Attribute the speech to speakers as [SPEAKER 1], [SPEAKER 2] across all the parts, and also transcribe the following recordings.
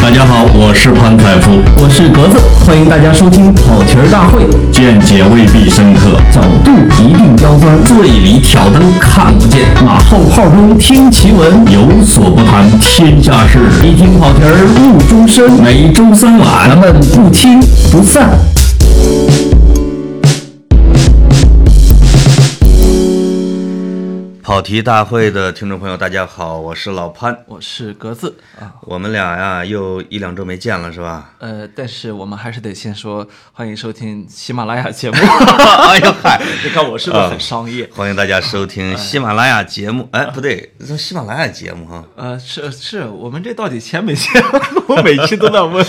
[SPEAKER 1] 大家好，我是潘凯夫，
[SPEAKER 2] 我是格子，欢迎大家收听跑题儿大会，
[SPEAKER 1] 见解未必深刻，
[SPEAKER 2] 角度一定刁钻，
[SPEAKER 1] 醉里挑灯看不见，
[SPEAKER 2] 马后炮中听奇闻，
[SPEAKER 1] 有所不谈天下事，
[SPEAKER 2] 一听跑题儿误终身，
[SPEAKER 1] 每周三
[SPEAKER 2] 咱
[SPEAKER 1] 晚。
[SPEAKER 2] 们不听不散。
[SPEAKER 3] 跑题大会的听众朋友，大家好，我是老潘。
[SPEAKER 4] 我是格子啊，
[SPEAKER 3] 我们俩呀，又一两周没见了，是 吧？
[SPEAKER 4] 呃，但是我们还是得先说欢迎收听喜马拉雅节 目。
[SPEAKER 3] 哎呀嗨，
[SPEAKER 4] 你看我是不是很哎商业？
[SPEAKER 3] 啊欢迎大家收听喜马拉雅节目。哎，不对，这喜马拉雅节目哈
[SPEAKER 4] 呃，是是，我们这到底签没签？ 我每期都在问，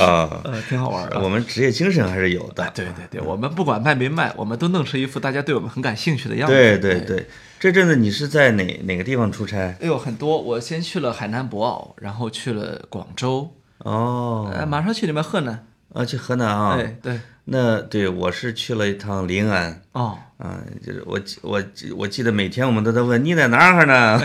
[SPEAKER 3] 啊，
[SPEAKER 4] 呃，挺好玩儿啊啊
[SPEAKER 3] 我。们职业精神还是有的。
[SPEAKER 4] 对对对，我们不管卖没卖，我们都弄出一副大家对我们很感兴趣的样子。
[SPEAKER 3] 对对
[SPEAKER 4] 哎
[SPEAKER 3] 对，这阵子你是在哪哪个地方出差？
[SPEAKER 4] 哎呦，很多！我先去了海南博鳌，然后去了广州，呃，
[SPEAKER 3] 哦，
[SPEAKER 4] 马上去你们河南。
[SPEAKER 3] 啊，去河南啊
[SPEAKER 4] 哎，？对，
[SPEAKER 3] 那对我是去了一趟临安。
[SPEAKER 4] 哦，
[SPEAKER 3] 啊，就是我记我记我记得每天我们都在问你在哪儿呢？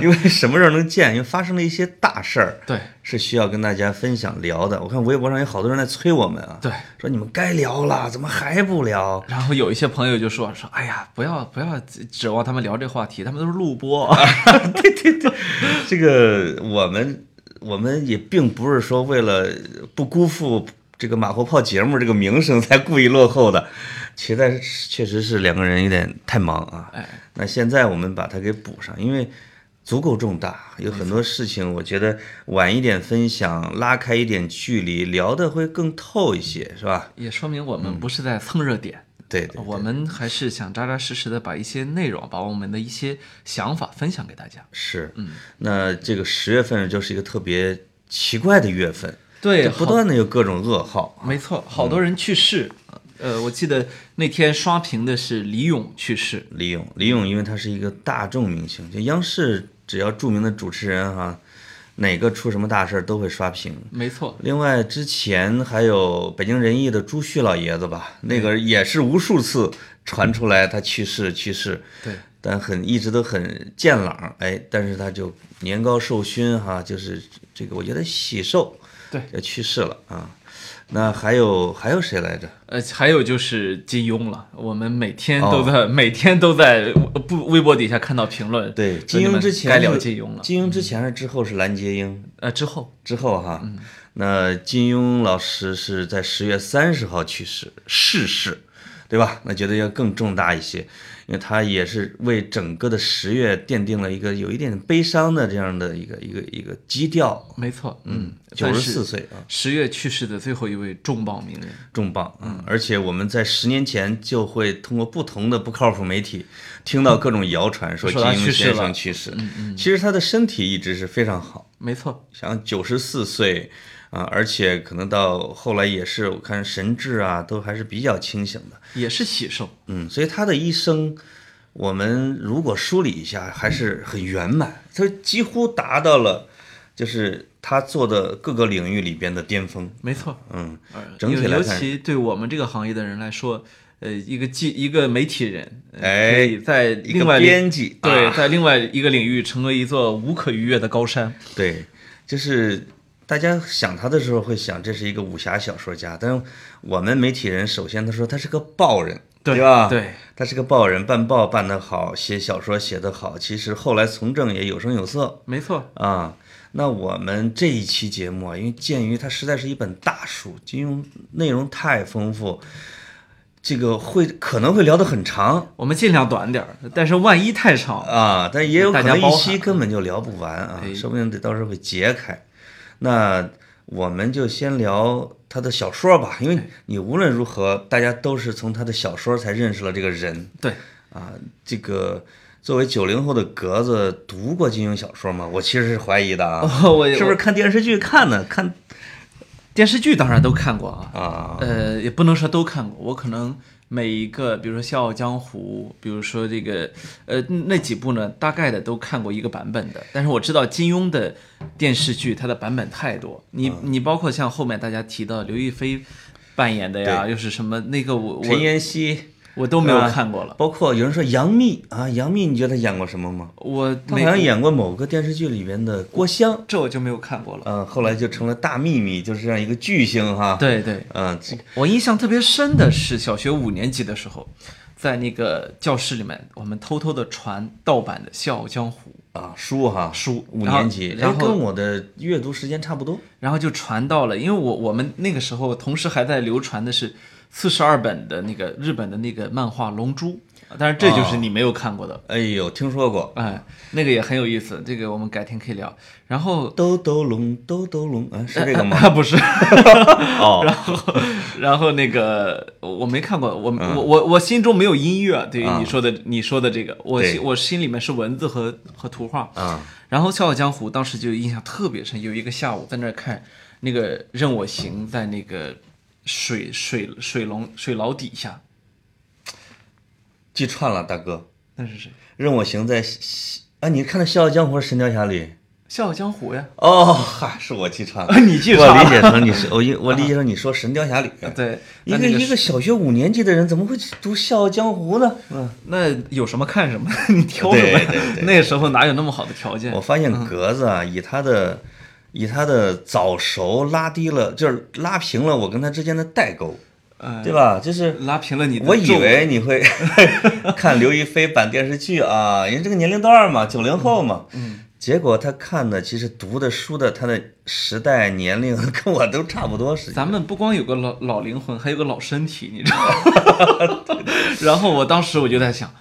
[SPEAKER 3] 因为什么时候能见？因为发生了一些大事儿。
[SPEAKER 4] 哎对
[SPEAKER 3] 是需要跟大家分享聊的。我看微博上有好多人在催我们啊，
[SPEAKER 4] 对，
[SPEAKER 3] 说你们该聊了，怎么还不聊？
[SPEAKER 4] 然后有一些朋友就说说，哎呀，不要不要指望他们聊这话题，他们都是录播。
[SPEAKER 3] 这个我们我们也并不是说为了不辜负这个马后炮节目这个名声才故意落后的，其在确实是两个人有点太忙啊。
[SPEAKER 4] 哎，
[SPEAKER 3] 那现在我们把它给补上，因为。足够重大，有很多事情，我觉得晚一点分享，拉开一点距离，聊的会更透一些，是吧？
[SPEAKER 4] 也说明我们不是在蹭热点，
[SPEAKER 3] 对对对
[SPEAKER 4] 我们还是想扎扎实实的把一些内容，把我们的一些想法分享给大家。
[SPEAKER 3] 是，
[SPEAKER 4] 嗯
[SPEAKER 3] 那这个十月份就是一个特别奇怪的月份，
[SPEAKER 4] 对
[SPEAKER 3] 就不断的有各种噩耗，
[SPEAKER 4] 没错，嗯好多人去世。呃，我记得那天刷屏的是李咏去世，
[SPEAKER 3] 李咏，李咏因为他是一个大众明星，就央视只要著名的主持人哈、哪个出什么大事儿都会刷屏。
[SPEAKER 4] 没错，
[SPEAKER 3] 另外，之前还有北京人艺的朱旭老爷子吧，那
[SPEAKER 4] 嗯
[SPEAKER 3] 个也是无数次传出来他去世去世，
[SPEAKER 4] 对，
[SPEAKER 3] 但很一直都很健朗，哎，但是他就年高寿勋哈、就是这个我觉得喜寿，
[SPEAKER 4] 对
[SPEAKER 3] 要去世了啊。那还有还有谁来着？
[SPEAKER 4] 呃，还有就是金庸了，我们每天都在、 每天都在呃不微博底下看到评论，
[SPEAKER 3] 对，
[SPEAKER 4] 说
[SPEAKER 3] 金
[SPEAKER 4] 你
[SPEAKER 3] 庸
[SPEAKER 4] 们
[SPEAKER 3] 之前
[SPEAKER 4] 该
[SPEAKER 3] 是
[SPEAKER 4] 聊金庸了，嗯
[SPEAKER 3] 金庸之前是之后是蓝洁瑛，
[SPEAKER 4] 呃，之后
[SPEAKER 3] 之后哈，那金庸老师是在十月三十号去世，逝世，对吧？那觉得要更重大一些，因为他也是为整个的十月奠定了一个有一点悲伤的这样的一个一个一个基调。
[SPEAKER 4] 没错，嗯，
[SPEAKER 3] 九十四岁啊，
[SPEAKER 4] 十月去世的最后一位重磅名人，
[SPEAKER 3] 重磅啊！而且我们在十年前就会通过不同的不靠谱媒体，听到各种谣传说金
[SPEAKER 4] 说他
[SPEAKER 3] 庸
[SPEAKER 4] 去世
[SPEAKER 3] 先
[SPEAKER 4] 了
[SPEAKER 3] 生去世。嗯其实他的身体一直是非常好，
[SPEAKER 4] 没错，
[SPEAKER 3] 像九十四岁啊，而且可能到后来也是我看神志啊，都还是比较清醒的。
[SPEAKER 4] 也是喜寿，
[SPEAKER 3] 嗯，所以他的一生，我们如果梳理一下，还是很圆满，他几乎达到了，就是他做的各个领域里边的巅峰。
[SPEAKER 4] 没错，
[SPEAKER 3] 嗯，
[SPEAKER 4] 呃
[SPEAKER 3] 整体
[SPEAKER 4] 尤
[SPEAKER 3] 来
[SPEAKER 4] 尤
[SPEAKER 3] 看
[SPEAKER 4] 其对我们这个行业的人来说，呃，一个记一个媒体人，呃
[SPEAKER 3] 哎
[SPEAKER 4] 可以在
[SPEAKER 3] 一
[SPEAKER 4] 另
[SPEAKER 3] 个
[SPEAKER 4] 外领
[SPEAKER 3] 编辑，
[SPEAKER 4] 对、
[SPEAKER 3] 啊
[SPEAKER 4] 在另外一个领域成为一座无可逾越的高山。
[SPEAKER 3] 对，就是大家想他的时候会想这是一个武侠小说家，但是我们媒体人首先他说他是个报人，
[SPEAKER 4] 对
[SPEAKER 3] 吧？
[SPEAKER 4] 对，
[SPEAKER 3] 他是个报人，办报办得好，写小说写得好，其实后来从政也有声有色
[SPEAKER 4] 没错，
[SPEAKER 3] 啊。那我们这一期节目啊，因为鉴于它实在是一本大书，金庸内容太丰富，这个会可能会聊得很长，
[SPEAKER 4] 我们尽量短点儿，但是万一太长，
[SPEAKER 3] 啊，但也有可
[SPEAKER 4] 大家
[SPEAKER 3] 能一
[SPEAKER 4] 包
[SPEAKER 3] 期
[SPEAKER 4] 含
[SPEAKER 3] 根本就聊不完啊，
[SPEAKER 4] 哎
[SPEAKER 3] 说不定得到时候会截开。那我们就先聊他的小说吧，因为你无论如何，大家都是从他的小说才认识了这个人
[SPEAKER 4] 对，
[SPEAKER 3] 啊。这个作为九零后的格子，读过金庸小说吗？我其实是怀疑的啊，
[SPEAKER 4] 哦 我
[SPEAKER 3] 是不是看电视剧看的？看
[SPEAKER 4] 电视剧当然都看过啊，
[SPEAKER 3] 啊，
[SPEAKER 4] 呃，也不能说都看过，我可能每一个，比如说《笑傲江湖》，比如说这个，呃，那几部呢，大概的都看过一个版本的。但是我知道金庸的电视剧，它的版本太多。你你包括像后面大家提到刘亦菲扮演的呀，又是什么那个我
[SPEAKER 3] 陈
[SPEAKER 4] 我
[SPEAKER 3] 妍希
[SPEAKER 4] 我都没有看过了。
[SPEAKER 3] 包括有人说杨幂啊，杨幂，你觉得她演过什么吗？
[SPEAKER 4] 我
[SPEAKER 3] 她好
[SPEAKER 4] 没
[SPEAKER 3] 像演过某个电视剧里边的郭襄，
[SPEAKER 4] 这我就没有看过了。
[SPEAKER 3] 嗯、后来就成了大幂幂，就是这样一个巨星哈。，
[SPEAKER 4] 对对，
[SPEAKER 3] 嗯、这个
[SPEAKER 4] 我印象特别深的是小学五年级的时候，在那个教室里面，我们偷偷的传盗版的《笑傲江湖》，
[SPEAKER 3] 啊书哈
[SPEAKER 4] 书
[SPEAKER 3] 五
[SPEAKER 4] 然后
[SPEAKER 3] 年级，
[SPEAKER 4] 然后
[SPEAKER 3] 哎跟我的阅读时间差不多。
[SPEAKER 4] 然后就传到了，因为我我们那个时候同时还在流传的是四十二本的那个日本的那个漫画《龙珠》，但是这就是你没有看过的。
[SPEAKER 3] 哎呦，听说过。
[SPEAKER 4] 哎，那个也很有意思，这个我们改天可以聊。然后
[SPEAKER 3] 兜兜龙，兜兜龙，啊，是这个吗？
[SPEAKER 4] 不是，
[SPEAKER 3] 哦，
[SPEAKER 4] 然后 然后那个我我没看过，我、
[SPEAKER 3] 嗯
[SPEAKER 4] 我我我心中没有音乐，对于你说的、你说的这个，我
[SPEAKER 3] 对
[SPEAKER 4] 心我心里面是文字和和图画。
[SPEAKER 3] 啊，
[SPEAKER 4] 然后《笑傲江湖》当时就印象特别深，有一个下午在那儿看那个任我行在那个水水水龙水牢底下，
[SPEAKER 3] 记串了，大哥。
[SPEAKER 4] 那是谁？
[SPEAKER 3] 任我行在西西啊，你看的《笑傲江湖》《神雕侠侣》
[SPEAKER 4] 《笑傲江湖》呀，
[SPEAKER 3] 哦，嗨，是我记串了，
[SPEAKER 4] 你记
[SPEAKER 3] 我
[SPEAKER 4] 串了
[SPEAKER 3] 理解成你是，我一我理解成你说《神雕侠侣》。，啊
[SPEAKER 4] 对，
[SPEAKER 3] 一个
[SPEAKER 4] 那那
[SPEAKER 3] 一个小学五年级的人怎么会读《笑傲江湖》呢？嗯，
[SPEAKER 4] 那有什么看什么， 你挑什么呀？
[SPEAKER 3] 对对对
[SPEAKER 4] 那时候哪有那么好的条件
[SPEAKER 3] 我？发现格子啊，以他的以他的早熟拉低了，就是拉平了我跟他之间的代沟，
[SPEAKER 4] 呃
[SPEAKER 3] 对吧？就是
[SPEAKER 4] 拉平了你的
[SPEAKER 3] 我以
[SPEAKER 4] 重
[SPEAKER 3] 为你 会看刘亦菲版电视剧啊，人家这个年龄段嘛，九零后嘛。嗯。结果他看的其实读的书的，他的时代年龄跟我都差不多时间。
[SPEAKER 4] 咱们不光有个老老灵魂，还有个老身体，你知道吗？ 然后我当时我就在想，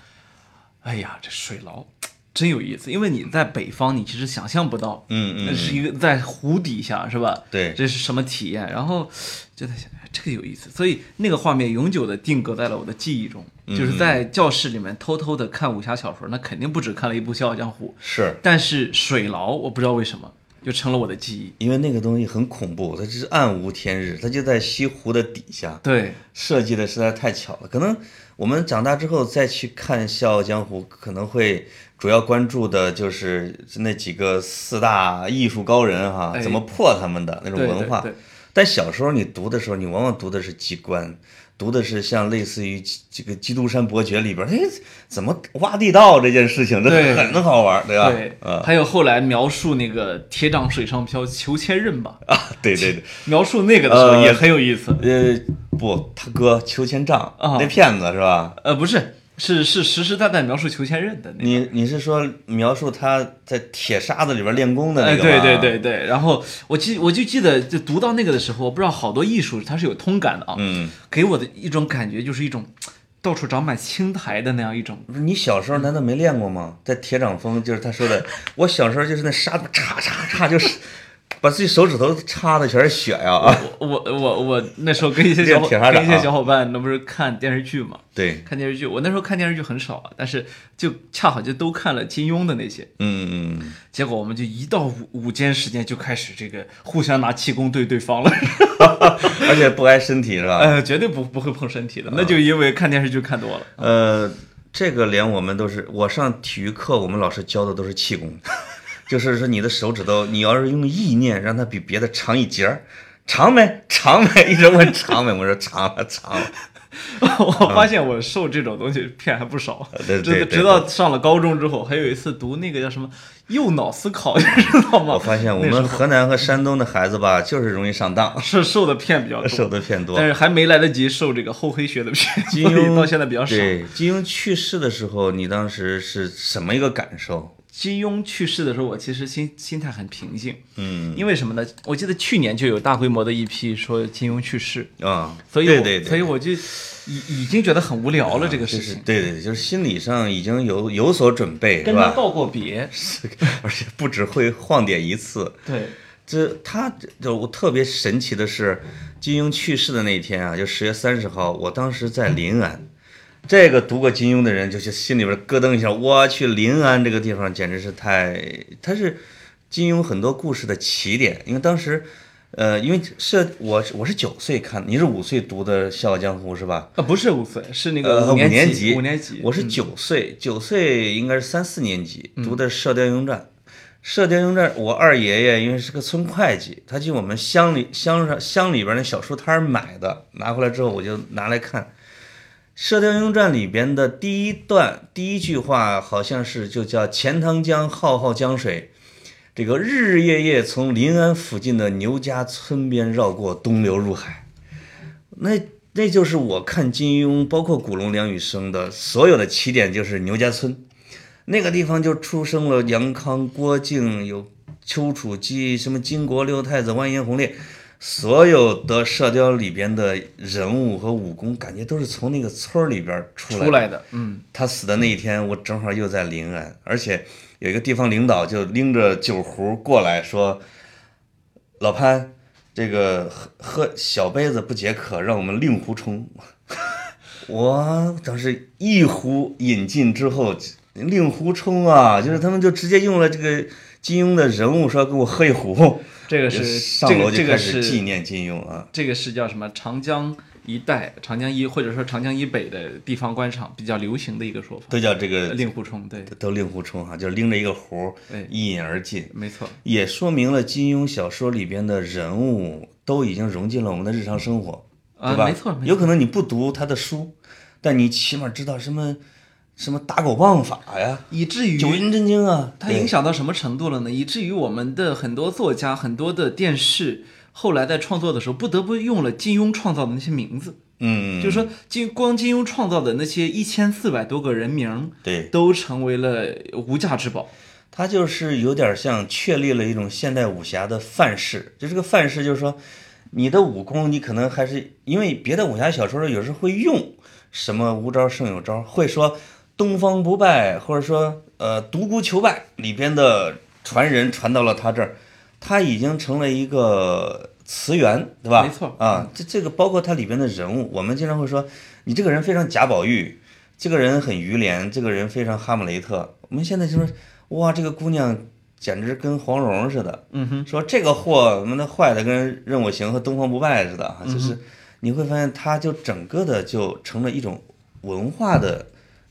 [SPEAKER 4] 哎呀，这水牢真有意思，因为你在北方，你其实想象不到，
[SPEAKER 3] 嗯嗯
[SPEAKER 4] 那是一个在湖底下是吧？
[SPEAKER 3] 对
[SPEAKER 4] 这是什么体验？然后就在想，哎这个有意思，所以那个画面永久的定格在了我的记忆中，
[SPEAKER 3] 嗯
[SPEAKER 4] 就是在教室里面偷偷的看武侠小说，那肯定不止看了一部《笑傲江湖》，
[SPEAKER 3] 是
[SPEAKER 4] 但是水牢我不知道为什么就成了我的记忆。
[SPEAKER 3] 因为那个东西很恐怖，它就是暗无天日，它就在西湖的底下，
[SPEAKER 4] 对，
[SPEAKER 3] 设计的实在太巧了。可能我们长大之后再去看《笑傲江湖》，可能会主要关注的就是那几个四大艺术高人哈，
[SPEAKER 4] 哎
[SPEAKER 3] 怎么破他们的那种
[SPEAKER 4] 对
[SPEAKER 3] 文化。
[SPEAKER 4] 对对
[SPEAKER 3] 但小时候你读的时候，你往往读的是机关，读的是像类似于这个《基督山伯爵》里边，哎，怎么挖地道这件事情，这
[SPEAKER 4] 对
[SPEAKER 3] 很好玩，对吧？
[SPEAKER 4] 对，
[SPEAKER 3] 啊、
[SPEAKER 4] 还有后来描述那个“铁掌水上漂，裘千仞”吧，
[SPEAKER 3] 对对对。
[SPEAKER 4] 描述那个的时候
[SPEAKER 3] 呃
[SPEAKER 4] 也很有意思。
[SPEAKER 3] 呃，不，他哥裘千丈、
[SPEAKER 4] 啊
[SPEAKER 3] 那骗子是吧？
[SPEAKER 4] 呃，不是，是是实实在在描述裘千仞的那个。
[SPEAKER 3] 你你是说描述他在铁砂子里边练功的
[SPEAKER 4] 哎，
[SPEAKER 3] 那个
[SPEAKER 4] 对
[SPEAKER 3] 吗？
[SPEAKER 4] 对对对，然后我记我就记得，就读到那个的时候，我不知道好多艺术它是有通感的啊，
[SPEAKER 3] 嗯，
[SPEAKER 4] 给我的一种感觉就是一种到处长满青苔的那样一种，
[SPEAKER 3] 不是你小时候难道没练过吗？在铁掌风，就是他说的，我小时候就是那沙子叉叉叉，就是把自己手指头插的全是血呀啊！
[SPEAKER 4] 我我我我那时候跟一 些小伙
[SPEAKER 3] 练铁砂掌
[SPEAKER 4] 跟一些
[SPEAKER 3] 啊
[SPEAKER 4] 小伙伴，那不是看电视剧嘛，
[SPEAKER 3] 对，
[SPEAKER 4] 看电视剧，我那时候看电视剧很少啊，但是就恰好就都看了金庸的那些，
[SPEAKER 3] 嗯嗯嗯，
[SPEAKER 4] 结果我们就一到午午间时间就开始这个互相拿气功对对方了，
[SPEAKER 3] 而且不挨身体是吧？
[SPEAKER 4] 呃，绝对不不会碰身
[SPEAKER 3] 啊
[SPEAKER 4] 体的，那就因为看电视剧看多了。
[SPEAKER 3] 呃，这个连我们都是，我上体育课，我们老师教的都是气功， 就是说你的手指头，你要是用意念让它比别的长一截儿，长没？长没？一直问长没？我说长了，长了。
[SPEAKER 4] 我发现我受这种东西骗还不少，
[SPEAKER 3] 对对
[SPEAKER 4] 直
[SPEAKER 3] 对
[SPEAKER 4] 直到上了高中之后，还有一次读那个叫什么右脑思考， 你知道吗？
[SPEAKER 3] 我发现我
[SPEAKER 4] 那时
[SPEAKER 3] 们
[SPEAKER 4] 候
[SPEAKER 3] 河南和山东的孩子吧，就是容易上 当，
[SPEAKER 4] 是受的骗比较
[SPEAKER 3] 受
[SPEAKER 4] 多，
[SPEAKER 3] 的骗多
[SPEAKER 4] 但。是还没来得及受这个厚黑学的骗，
[SPEAKER 3] 金
[SPEAKER 4] 所以
[SPEAKER 3] 庸
[SPEAKER 4] 到现在比较少。
[SPEAKER 3] 对，金庸去世的时候，你当时是什么一个感受？
[SPEAKER 4] 金庸去世的时候，我其实心心态很平静，
[SPEAKER 3] 嗯
[SPEAKER 4] 因为什么呢？我记得去年就有大规模的一批说金庸去世，
[SPEAKER 3] 啊，
[SPEAKER 4] 所以
[SPEAKER 3] 对
[SPEAKER 4] 我
[SPEAKER 3] 对对，啊
[SPEAKER 4] 所以我就已已经觉得很无聊了这个事
[SPEAKER 3] 就是
[SPEAKER 4] 情，
[SPEAKER 3] 对对，就是心理上已经有有所准备，是
[SPEAKER 4] 跟他
[SPEAKER 3] 吧？
[SPEAKER 4] 道过别，
[SPEAKER 3] 而且不只会晃点一次。
[SPEAKER 4] 对，
[SPEAKER 3] 这他就我特别神奇的是，金庸去世的那一天啊，就十月三十号，我当时在临安。这个读过金庸的人，就是心里边咯噔一下，我去临安这个地方简直是太，它是金庸很多故事的起点。因为当时，呃，因为是我我是九岁看，你是五岁读的《笑傲江湖》是吧？
[SPEAKER 4] 啊，不是五岁，是那
[SPEAKER 3] 呃，
[SPEAKER 4] 个
[SPEAKER 3] 年
[SPEAKER 4] 年
[SPEAKER 3] 级，
[SPEAKER 4] 五年级，嗯
[SPEAKER 3] 我是九岁，九、岁应该是三四年级读的《射雕英雄传》射雕英雄传》，我二爷爷因为是个村会计，他去我们乡里乡上乡里边那小书摊儿买的，拿回来之后我就拿来看。《射雕英雄传》里边的第一段第一句话好像是就叫“钱塘江浩浩江水”，这个日日夜夜从临安附近的牛家村边绕过，东流入海。那那就是我看金庸，包括古龙、梁羽生的所有的起点，就是牛家村。那个地方就出生了杨康、郭靖，有丘处机，什么巾帼六太子、完颜洪烈，所有的《射雕》里边的人物和武功，感觉都是从那个村儿里边儿出来的。
[SPEAKER 4] 出来的，嗯，
[SPEAKER 3] 他死的那一天，我正好又在临安，而且有一个地方领导就拎着酒壶过来说：“老潘，这个喝喝小杯子不解渴，让我们令狐冲。” 我当时一壶饮尽之后，令狐冲啊，就是他们就直接用了这个金庸的人物说给我喝一壶，
[SPEAKER 4] 这个
[SPEAKER 3] 就是上楼
[SPEAKER 4] 这
[SPEAKER 3] 就
[SPEAKER 4] 个
[SPEAKER 3] 开
[SPEAKER 4] 这
[SPEAKER 3] 始
[SPEAKER 4] 个
[SPEAKER 3] 纪
[SPEAKER 4] 是
[SPEAKER 3] 念金庸啊。
[SPEAKER 4] 这个是叫什么？长江一带、长江一或者说长江以北的地方官场比较流行的一个说法，
[SPEAKER 3] 都叫这个
[SPEAKER 4] 令狐冲，对，
[SPEAKER 3] 都令狐冲哈、啊就是拎着一个壶
[SPEAKER 4] 哎
[SPEAKER 3] 一饮而尽。
[SPEAKER 4] 没错，
[SPEAKER 3] 也说明了金庸小说里边的人物都已经融进了我们的日常生活，
[SPEAKER 4] 啊
[SPEAKER 3] 对吧？
[SPEAKER 4] 没错没错
[SPEAKER 3] 有可能你不读他的书，但你起码知道什么什么打狗棒法呀、
[SPEAKER 4] 以至于
[SPEAKER 3] 九阴真经啊，
[SPEAKER 4] 它
[SPEAKER 3] 对
[SPEAKER 4] 影响到什么程度了呢？以至于我们的很多作家、很多的电视后来在创作的时候，不得不用了金庸创造的那些名字。
[SPEAKER 3] 嗯，
[SPEAKER 4] 就是说金光金庸创造的那些一千四百多个人名，
[SPEAKER 3] 对，
[SPEAKER 4] 都成为了无价之宝。
[SPEAKER 3] 他就是有点像确立了一种现代武侠的范式，就这个范式就是说，你的武功你可能还是因为别的武侠小说有时候会用什么无招胜有招，会说呃东方不败，或者说呃独孤求败里边的传人传到了他这儿，他已经成了一个词源，对吧？
[SPEAKER 4] 没错
[SPEAKER 3] 啊，这这个包括它里边的人物，我们经常会说你这个人非常贾宝玉，这个人很于连，这个人非常哈姆雷特。我们现在就说哇，这个姑娘简直跟黄蓉似的，
[SPEAKER 4] 嗯哼，
[SPEAKER 3] 说这个货，那坏的跟任我行和东方不败似的啊，
[SPEAKER 4] 嗯
[SPEAKER 3] 就是你会发现，它就整个的就成了一种文化的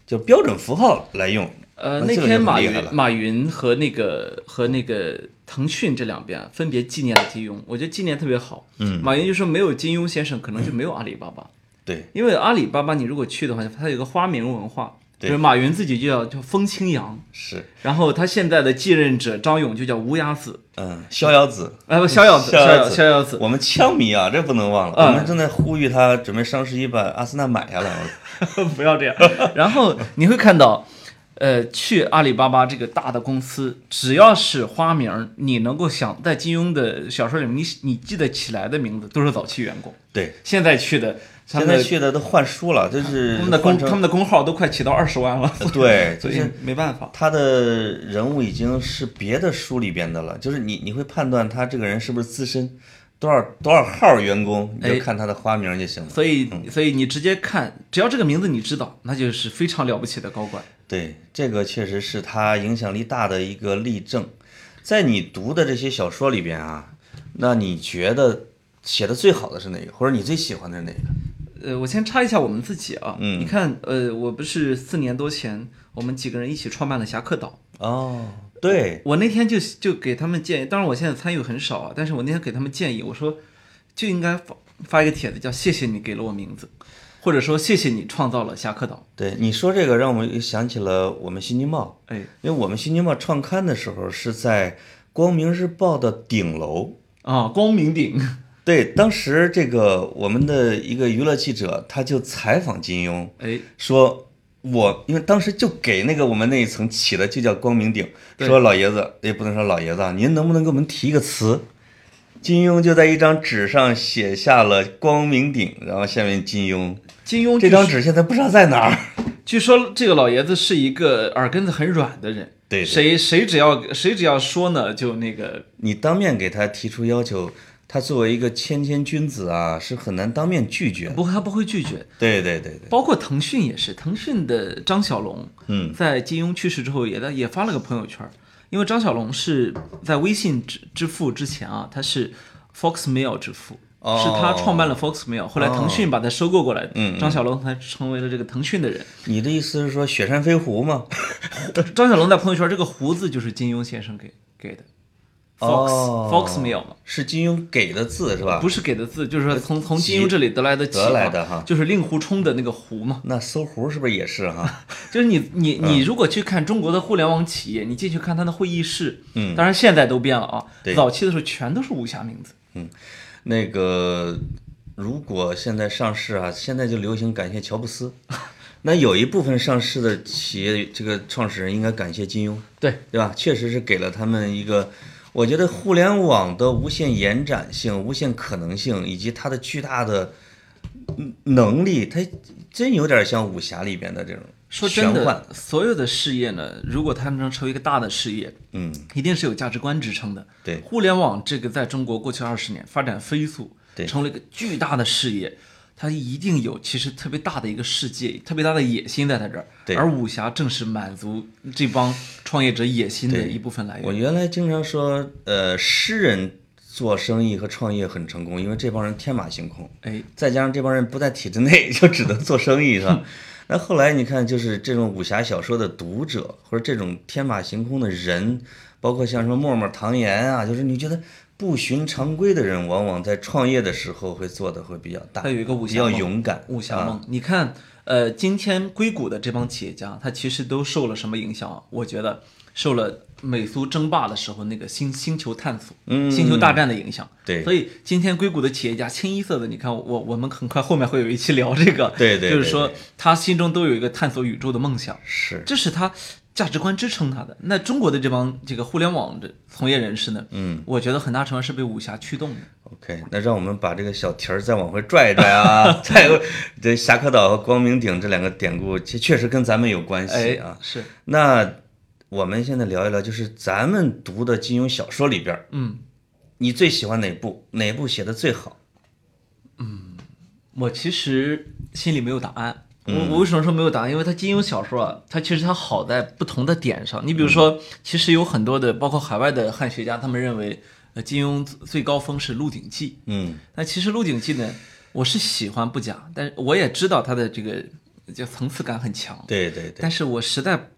[SPEAKER 3] 就标准符号来用。
[SPEAKER 4] 呃，
[SPEAKER 3] 那啊
[SPEAKER 4] 那
[SPEAKER 3] 这个
[SPEAKER 4] 天
[SPEAKER 3] 就很
[SPEAKER 4] 马
[SPEAKER 3] 厉
[SPEAKER 4] 云
[SPEAKER 3] 害了
[SPEAKER 4] 马云和那个和那个腾讯这两边啊分别纪念了金庸，我觉得纪念特别好。嗯，马云就说没有金庸先生，可能就没有阿里巴巴。
[SPEAKER 3] 对，
[SPEAKER 4] 因为阿里巴巴，你如果去的话，它有个花名文化，就
[SPEAKER 3] 对
[SPEAKER 4] 是马云自己就叫叫风清扬，
[SPEAKER 3] 是，
[SPEAKER 4] 然后他现在的继任者张勇就叫无崖子，
[SPEAKER 3] 嗯，逍遥子，
[SPEAKER 4] 呃，不，逍遥
[SPEAKER 3] 嗯
[SPEAKER 4] 子，
[SPEAKER 3] 逍
[SPEAKER 4] 逍
[SPEAKER 3] 遥
[SPEAKER 4] 遥，
[SPEAKER 3] 子
[SPEAKER 4] 逍遥子，
[SPEAKER 3] 我们枪迷啊，这不能忘了，
[SPEAKER 4] 嗯
[SPEAKER 3] 我们正在呼吁他准备双十一把阿森纳买下来。
[SPEAKER 4] 不要这样。然后你会看到，呃，去阿里巴巴这个大的公司，只要是花名儿，你能够想在金庸的小说里面，你你记得起来的名字都是早期员工。
[SPEAKER 3] 对，
[SPEAKER 4] 现在去的，
[SPEAKER 3] 现
[SPEAKER 4] 他们
[SPEAKER 3] 在
[SPEAKER 4] 的
[SPEAKER 3] 去的都换书了，就是
[SPEAKER 4] 他们的
[SPEAKER 3] 换
[SPEAKER 4] 工
[SPEAKER 3] 成
[SPEAKER 4] 他们的工号都快起到二十万了，
[SPEAKER 3] 对， 就
[SPEAKER 4] 所
[SPEAKER 3] 是
[SPEAKER 4] 以没办法。
[SPEAKER 3] 他的人物已经是别的书里边的了，就是你你会判断他这个人是不是资深，多少多少号员工，你
[SPEAKER 4] 哎
[SPEAKER 3] 就看他的花名就行了。
[SPEAKER 4] 所以，所以你直接看，只要这个名字你知道，那就是非常了不起的高管。
[SPEAKER 3] 对，这个确实是他影响力大的一个例证。在你读的这些小说里边啊，那你觉得写的最好的是哪个，或者你最喜欢的是哪个？
[SPEAKER 4] 呃，我先插一下我们自己啊，你看，呃，我不是四年多前我们几个人一起创办了侠客岛，
[SPEAKER 3] 哦，对，
[SPEAKER 4] 我那天就就给他们建议，当然我现在参与很少啊，但是我那天给他们建议，我说就应该发发一个帖子，叫谢谢你给了我名字，或者说谢谢你创造了侠客岛。
[SPEAKER 3] 对，你说这个让我又想起了我们新京报，
[SPEAKER 4] 哎，
[SPEAKER 3] 因为我们新京报创刊的时候是在光明日报的顶楼。
[SPEAKER 4] 啊、光明顶，
[SPEAKER 3] 对，当时这个我们的一个娱乐记者，他就采访金庸，
[SPEAKER 4] 哎，
[SPEAKER 3] 说我因为当时就给那个我们那一层起的就叫光明顶，说老爷子也不能说老爷子啊，您能不能给我们提一个词？金庸就在一张纸上写下了“光明顶”，然后下面金庸
[SPEAKER 4] 金庸
[SPEAKER 3] 这
[SPEAKER 4] 据
[SPEAKER 3] 张
[SPEAKER 4] 说
[SPEAKER 3] 纸现在不知道在哪儿。
[SPEAKER 4] 据说这个老爷子是一个耳根子很软的人，
[SPEAKER 3] 对对
[SPEAKER 4] 谁谁只要谁只要说呢，就那个
[SPEAKER 3] 你当面给他提出要求，他作为一个谦谦君子啊，是很难当面拒绝的。
[SPEAKER 4] 不他不会拒绝。
[SPEAKER 3] 对对对对，
[SPEAKER 4] 包括腾讯也是，腾讯的张小龙，
[SPEAKER 3] 嗯
[SPEAKER 4] 在金庸去世之后也在也发了个朋友圈儿，因为张小龙是在微信支支付之前啊，他是 Foxmail 之父。
[SPEAKER 3] 哦
[SPEAKER 4] 是他创办了 Foxmail，后来腾讯把他收购过来，
[SPEAKER 3] 嗯
[SPEAKER 4] 张小龙才成为了这个腾讯的人。
[SPEAKER 3] 你的意思是说雪山飞狐吗？
[SPEAKER 4] 张小龙在朋友圈这个“胡”字就是金庸先生给给的， Fox、
[SPEAKER 3] 哦
[SPEAKER 4] Fox Mill 嘛，
[SPEAKER 3] 是金庸给的字是吧？
[SPEAKER 4] 不
[SPEAKER 3] 是，
[SPEAKER 4] 是给的字，就是说从从金庸这里得来的起
[SPEAKER 3] 得来
[SPEAKER 4] 嘛
[SPEAKER 3] 的哈
[SPEAKER 4] 就是令狐冲的那个狐嘛。
[SPEAKER 3] 那搜狐是不是也是啊 哈？
[SPEAKER 4] 就是你你
[SPEAKER 3] 嗯
[SPEAKER 4] 你如果去看中国的互联网企业，你进去看它的会议室，嗯，当然现在都变了啊
[SPEAKER 3] 对，
[SPEAKER 4] 早期的时候全都是武侠名字，
[SPEAKER 3] 那个如果现在上市啊，现在就流行感谢乔布 斯，那有一部分上市的企业这个创始人应该感谢金庸，
[SPEAKER 4] 对，
[SPEAKER 3] 对吧？确实是给了他们一个，我觉得互联网的无限延展性、无限可能性，以及它的巨大的嗯能力，它真有点像武侠里边的这种
[SPEAKER 4] 说真
[SPEAKER 3] 玄幻
[SPEAKER 4] 的，所有的事业呢，如果它能成为一个大的事业，
[SPEAKER 3] 嗯，
[SPEAKER 4] 一定是有价值观支撑的。
[SPEAKER 3] 对
[SPEAKER 4] 互联网这个在中国过去二十年发展飞速，
[SPEAKER 3] 对
[SPEAKER 4] 成为了一个巨大的事业，它一定有其实特别大的一个世界，特别大的野心在它这儿。
[SPEAKER 3] 对
[SPEAKER 4] 而武侠正是满足这帮创业者野心的
[SPEAKER 3] 对
[SPEAKER 4] 一部分来
[SPEAKER 3] 我
[SPEAKER 4] 源。
[SPEAKER 3] 原来经常说，呃，诗人做生意和创业很成功，因为这帮人天马行空，
[SPEAKER 4] 哎，
[SPEAKER 3] 再加上这帮人不在体制内，就只能做生意，是 吧？那后来你看，就是这种武侠小说的读者，或者这种天马行空的人，包括像什么默默、唐岩啊，就是你觉得不循常规的人，往往在创业的时候会做的会比较大，
[SPEAKER 4] 他有一个武侠
[SPEAKER 3] 比较
[SPEAKER 4] 梦
[SPEAKER 3] 勇敢，
[SPEAKER 4] 武侠
[SPEAKER 3] 啊
[SPEAKER 4] 梦，你看，呃，今天硅谷的这帮企业家，他其实都受了什么影响啊？我觉得受了美苏争霸的时候那个星星球探索、
[SPEAKER 3] 嗯
[SPEAKER 4] 星球大战的影响。
[SPEAKER 3] 对
[SPEAKER 4] 所以今天硅谷的企业家清一色的，你看我我们很快后面会有一期聊这个，
[SPEAKER 3] 对对对
[SPEAKER 4] 就是说
[SPEAKER 3] 对
[SPEAKER 4] 他心中都有一个探索宇宙的梦想，
[SPEAKER 3] 是
[SPEAKER 4] 这是他。价值观支撑他的那中国的这帮这个互联网的从业人士呢，嗯，我觉得很大程度上是被武侠驱动的。
[SPEAKER 3] OK，那让我们把这个小题儿再往回拽一拽 啊，再这侠客岛和光明顶这两个典故，其实确实跟咱们有关系
[SPEAKER 4] 哎
[SPEAKER 3] 啊。，
[SPEAKER 4] 是，
[SPEAKER 3] 那我们现在聊一聊，就是咱们读的金庸小说里边，
[SPEAKER 4] 嗯，
[SPEAKER 3] 你最喜欢哪部？哪部写的最好？
[SPEAKER 4] 我其实心里没有答案。我我为什么说没有答案？因为它金庸小说啊，它其实它好在不同的点上。你比如说，其实有很多的，包括海外的汉学家，他们认为，呃，金庸最高峰是《鹿鼎记》。
[SPEAKER 3] 嗯
[SPEAKER 4] 但其实《鹿鼎记》呢，我是喜欢不假，但是我也知道它的这个叫层次感很强，。
[SPEAKER 3] 对对对，
[SPEAKER 4] 但是我实在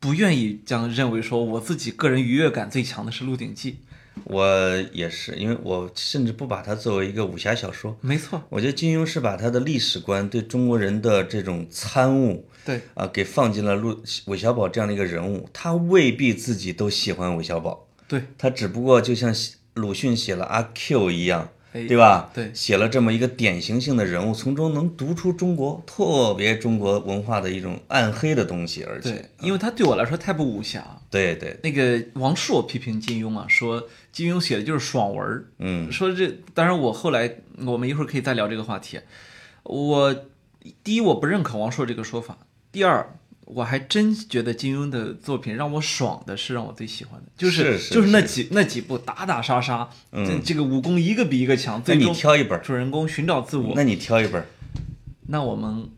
[SPEAKER 4] 不愿意这样认为，说我自己个人愉悦感最强的是《鹿鼎记
[SPEAKER 3] 我也是，因为我甚至不把它作为一个武侠小说》。，
[SPEAKER 4] 没错，
[SPEAKER 3] 我觉得金庸是把他的历史观对中国人的这种参悟，
[SPEAKER 4] 对
[SPEAKER 3] 啊，给放进了陆韦小宝这样的一个人物，他未必自己都喜欢韦小宝，
[SPEAKER 4] 对，
[SPEAKER 3] 他只不过就像写鲁迅写了阿 Q 一样，
[SPEAKER 4] 哎
[SPEAKER 3] 对吧？
[SPEAKER 4] 对
[SPEAKER 3] 写了这么一个典型性的人物，从中能读出中国特别中国文化的一种暗黑的东西，而且
[SPEAKER 4] 对，因为它对我来说太不武侠，
[SPEAKER 3] 对对
[SPEAKER 4] 那个王朔批评金庸啊，说金庸写的就是爽文儿。
[SPEAKER 3] 嗯，
[SPEAKER 4] 说这当然，我后来我们一会儿可以再聊这个话题。我第一我不认可王朔这个说法，第二我还真觉得金庸的作品让我爽的是让我最喜欢的，就
[SPEAKER 3] 是
[SPEAKER 4] 是
[SPEAKER 3] 是
[SPEAKER 4] 就是那
[SPEAKER 3] 是
[SPEAKER 4] 几那几部打打杀杀，这这个武功一个比一个强，
[SPEAKER 3] 那
[SPEAKER 4] 最
[SPEAKER 3] 你
[SPEAKER 4] 终
[SPEAKER 3] 挑一本儿，
[SPEAKER 4] 主人公寻找自我。
[SPEAKER 3] 那你挑一本儿
[SPEAKER 4] 那我们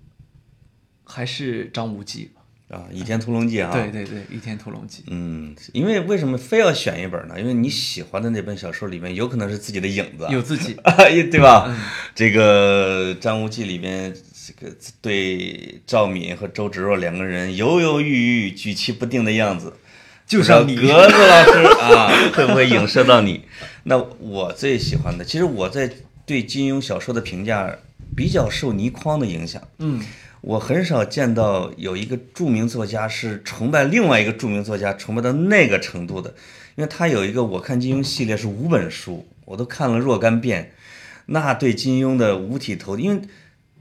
[SPEAKER 4] 还是张无忌吧。
[SPEAKER 3] 啊，《倚天屠龙记》啊，
[SPEAKER 4] 对对对，《倚天屠龙记》。
[SPEAKER 3] 嗯，因为为什么非要选一本呢？因为你喜欢的那本小说里面有可能是自己的影子啊，
[SPEAKER 4] 有自己
[SPEAKER 3] 对吧？这个《张无忌》里面，这个对赵敏和周芷若两个人犹犹豫豫、举棋不定的样子，
[SPEAKER 4] 就像你
[SPEAKER 3] 不知道格子老 师啊，会不会影射到你？那我最喜欢的，其实我在对金庸小说的评价比较受倪匡的影响。
[SPEAKER 4] 嗯，
[SPEAKER 3] 我很少见到有一个著名作家是崇拜另外一个著名作家崇拜到那个程度的，因为他有一个我看金庸系列是五本书，我都看了若干遍，那对金庸的五体投地，因为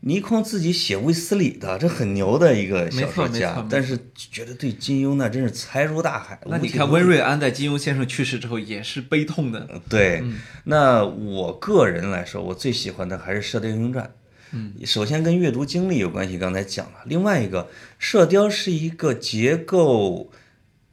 [SPEAKER 3] 倪匡自己写卫斯理的，这很牛的一个小说
[SPEAKER 4] 没错没错没
[SPEAKER 3] 家
[SPEAKER 4] 错，
[SPEAKER 3] 但是觉得对金庸那真是才如大海。
[SPEAKER 4] 那
[SPEAKER 3] 五
[SPEAKER 4] 你
[SPEAKER 3] 体
[SPEAKER 4] 看，
[SPEAKER 3] 投地
[SPEAKER 4] 温瑞安在金庸先生去世之后也是悲痛的。
[SPEAKER 3] 对，
[SPEAKER 4] 嗯
[SPEAKER 3] 那我个人来说，我最喜欢的还是《射雕英雄传》。嗯，首先跟阅读经历有关系，刚才讲了。另外一个，《射雕》是一个结构、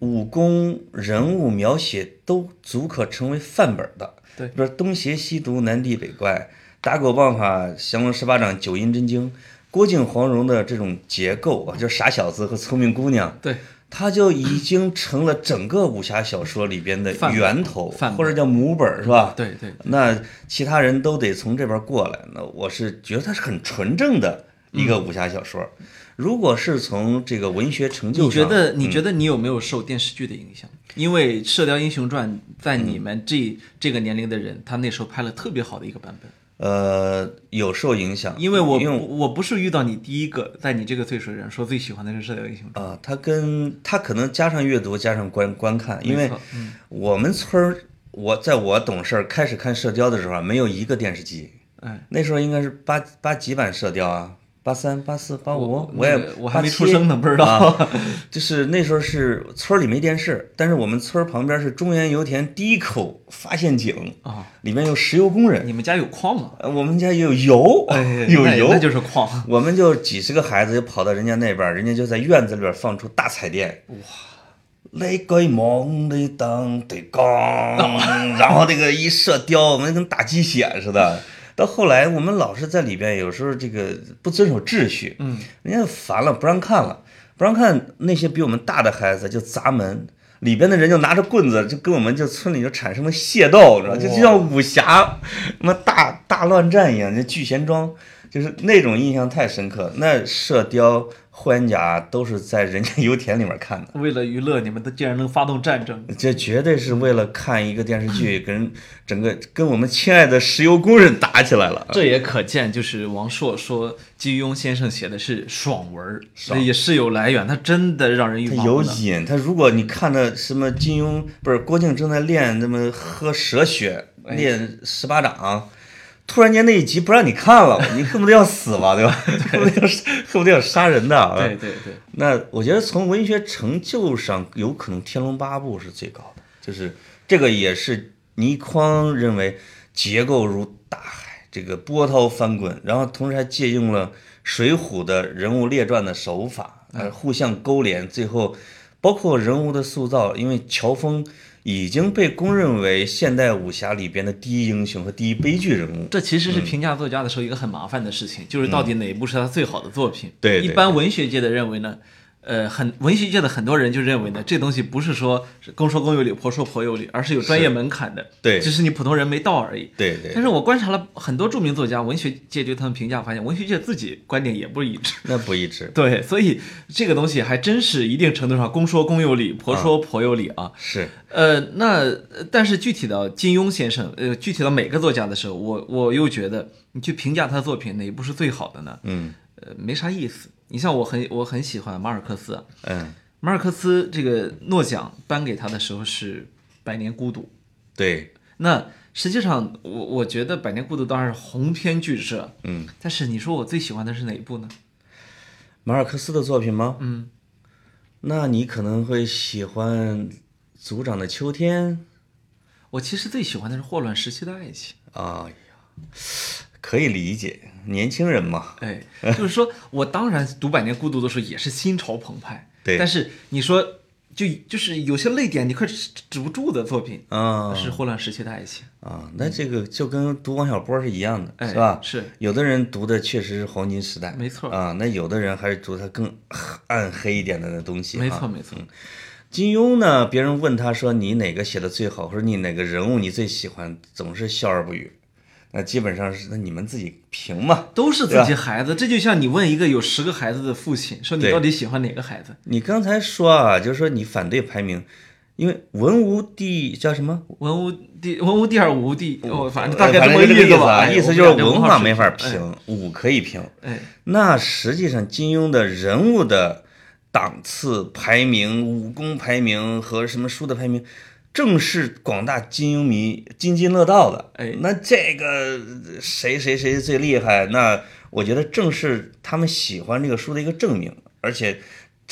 [SPEAKER 3] 武功、人物描写都足可成为范本的。
[SPEAKER 4] 对
[SPEAKER 3] 比如说东邪西毒、南帝北怪、打狗棒法、降龙十八掌、九阴真经。郭靖、黄蓉的这种结构啊，就是傻小子和聪明姑娘，
[SPEAKER 4] 对，
[SPEAKER 3] 它就已经成了整个武侠小说里边的
[SPEAKER 4] 范本
[SPEAKER 3] 源头
[SPEAKER 4] 范，本
[SPEAKER 3] 或者叫母本儿，是吧？
[SPEAKER 4] 对对
[SPEAKER 3] 那其他人都得从这边过来。那我是觉得它是很纯正的一个武侠小说。如果是从这个文学成就啊嗯
[SPEAKER 4] 你
[SPEAKER 3] 上，
[SPEAKER 4] 觉得你觉得你有没有受电视剧的影响？因为《射雕英雄传》在
[SPEAKER 3] 嗯
[SPEAKER 4] 你们这、这个年龄的人，他那时候拍了特别好的一个版本。
[SPEAKER 3] 呃有受影响？
[SPEAKER 4] 因为我
[SPEAKER 3] 因为
[SPEAKER 4] 不我不是遇到你第一个，在你这个岁数的人说最喜欢的是《射雕英雄传》。
[SPEAKER 3] 啊，它跟它可能加上阅读，加上观观看，因
[SPEAKER 4] 没
[SPEAKER 3] 为
[SPEAKER 4] 错嗯
[SPEAKER 3] 我们村儿，我在我懂事儿开始看射雕的时候啊，没有一个电视机，
[SPEAKER 4] 哎，
[SPEAKER 3] 那时候应该是八八几版射雕啊，八三、八四、八五，我也
[SPEAKER 4] 那个我还没
[SPEAKER 3] 87
[SPEAKER 4] 出生呢不知道
[SPEAKER 3] 啊就是那时候是村儿里没电视，但是我们村儿旁边是中原油田第一口发现井
[SPEAKER 4] 啊，
[SPEAKER 3] 里面有石油工人，
[SPEAKER 4] 你们家有矿吗？
[SPEAKER 3] 呃我们家有油，哎有
[SPEAKER 4] 那
[SPEAKER 3] 油，
[SPEAKER 4] 那就是矿。
[SPEAKER 3] 我们就几十个孩子就跑到人家那边儿，人家就在院子里边儿放出大彩电，哇！那个忙的当的刚， 然后这个一射雕，我们跟打鸡血似的。到后来，我们老是在里边，有时候这个不遵守秩序，嗯，人家烦了，不让看了，不让看。那些比我们大的孩子就砸门，里边的人就拿着棍子，就跟我们就村里就产生了械斗，你知道，就就像武侠什么大大乱战一样，就聚贤庄。就是那种印象太深刻。那《射雕》《霍元甲》都是在人家油田里面看的，
[SPEAKER 4] 为了娱乐，你们都竟然能发动战争，
[SPEAKER 3] 这绝对是为了看一个电视剧，跟整个跟我们亲爱的石油工人打起来了。
[SPEAKER 4] 这也可见，就是王朔说金庸先生写的是爽文儿，那也是有来源，他真的让人欲
[SPEAKER 3] 他
[SPEAKER 4] 罢
[SPEAKER 3] 有
[SPEAKER 4] 不能。
[SPEAKER 3] 瘾，他如果你看到什么金庸不是郭靖正在练那么喝蛇血
[SPEAKER 4] 哎
[SPEAKER 3] 练十八掌，突然间那一集不让你看了，你恨不得要死吧，对吧？ 恨不得要恨不得要杀人的啊。
[SPEAKER 4] 对对对，
[SPEAKER 3] 那我觉得从文学成就上，有可能《天龙八部》是最高的，就是这个也是倪匡认为结构如大海，这个波涛翻滚，然后同时还借用了《水浒》的人物列传的手法，呃，互相勾连，最后包括人物的塑造，因为乔峰已经被公认为现代武侠里边的第一英雄和第一悲剧人物，
[SPEAKER 4] 这其
[SPEAKER 3] 嗯
[SPEAKER 4] 实是评价作家的时候一个很麻烦的事情，就是到底哪一部是他最好的作品。
[SPEAKER 3] 对对
[SPEAKER 4] 一般文学界的认为呢，呃，很文学界的很多人就认为呢，这东西不是说是公说公有理，婆说婆有理，而是有专业门槛的，
[SPEAKER 3] 对
[SPEAKER 4] 只是你普通人没到而已。
[SPEAKER 3] 对对
[SPEAKER 4] 但是我观察了很多著名作家，文学界对他们评价，发现文学界自己观点也不一致。
[SPEAKER 3] 那不一致。
[SPEAKER 4] 对，所以这个东西还真是一定程度上公说公有理，婆说婆有理啊。
[SPEAKER 3] 是，
[SPEAKER 4] 呃，那呃但是具体到金庸先生，呃，具体到每个作家的时候，我我又觉得你去评价他的作品哪一部是最好的呢？
[SPEAKER 3] 嗯
[SPEAKER 4] 呃，没啥意思。你像我很我很喜欢马尔克斯啊，
[SPEAKER 3] 嗯，
[SPEAKER 4] 马尔克斯这个诺奖颁给他的时候是《百年孤独》，
[SPEAKER 3] 对，
[SPEAKER 4] 那实际上我我觉得《百年孤独》当然是鸿篇巨制，
[SPEAKER 3] 嗯，
[SPEAKER 4] 但是你说我最喜欢的是哪一部呢？
[SPEAKER 3] 马尔克斯的作品吗？嗯，那你可能会喜欢《组长的秋天
[SPEAKER 4] 我其实最喜欢的是《霍乱时期的爱情》。》
[SPEAKER 3] 啊、哎呀，可以理解，年轻人嘛，
[SPEAKER 4] 哎，就是说我当然读《百年孤独》的时候也是心潮澎湃，
[SPEAKER 3] 对
[SPEAKER 4] 但是你说就就是有些泪点你快止止不住的作品，
[SPEAKER 3] 啊
[SPEAKER 4] 是《霍乱时期的爱情》。
[SPEAKER 3] 啊，那这个就跟读王小波是一样的，
[SPEAKER 4] 哎
[SPEAKER 3] 是吧？
[SPEAKER 4] 是，
[SPEAKER 3] 有的人读的确实是黄金时代，
[SPEAKER 4] 没错
[SPEAKER 3] 啊，那有的人还是读他更暗黑一点的那东西，
[SPEAKER 4] 没
[SPEAKER 3] 啊
[SPEAKER 4] 错，没错，
[SPEAKER 3] 金庸呢，别人问他说你哪个写的最好，或者你哪个人物你最喜欢，总是笑而不语。那基本上是那你们自己评嘛。
[SPEAKER 4] 都是
[SPEAKER 3] 对
[SPEAKER 4] 自
[SPEAKER 3] 吧
[SPEAKER 4] 己孩子。这就像你问一个有十个孩子的父亲，说你
[SPEAKER 3] 对
[SPEAKER 4] 到底喜欢哪个孩子？
[SPEAKER 3] 你刚才说啊，就是说你反对排名，因为文无第叫什么？
[SPEAKER 4] 文无第文无第二，武无第一，哦，反正大
[SPEAKER 3] 呃
[SPEAKER 4] 概
[SPEAKER 3] 反
[SPEAKER 4] 这
[SPEAKER 3] 正
[SPEAKER 4] 么
[SPEAKER 3] 就这
[SPEAKER 4] 思
[SPEAKER 3] 个
[SPEAKER 4] 吧。
[SPEAKER 3] 啊，
[SPEAKER 4] 哎
[SPEAKER 3] 意思就是文化没法。
[SPEAKER 4] 我们俩这文化水哎
[SPEAKER 3] 评，武可以评。
[SPEAKER 4] 平哎，
[SPEAKER 3] 那实际上金庸的人物的档次排名、武功排名和什么书的排名，正是广大金庸迷津津乐道的。
[SPEAKER 4] 哎
[SPEAKER 3] 那这个谁谁谁最厉害？那我觉得正是他们喜欢这个书的一个证明，而且。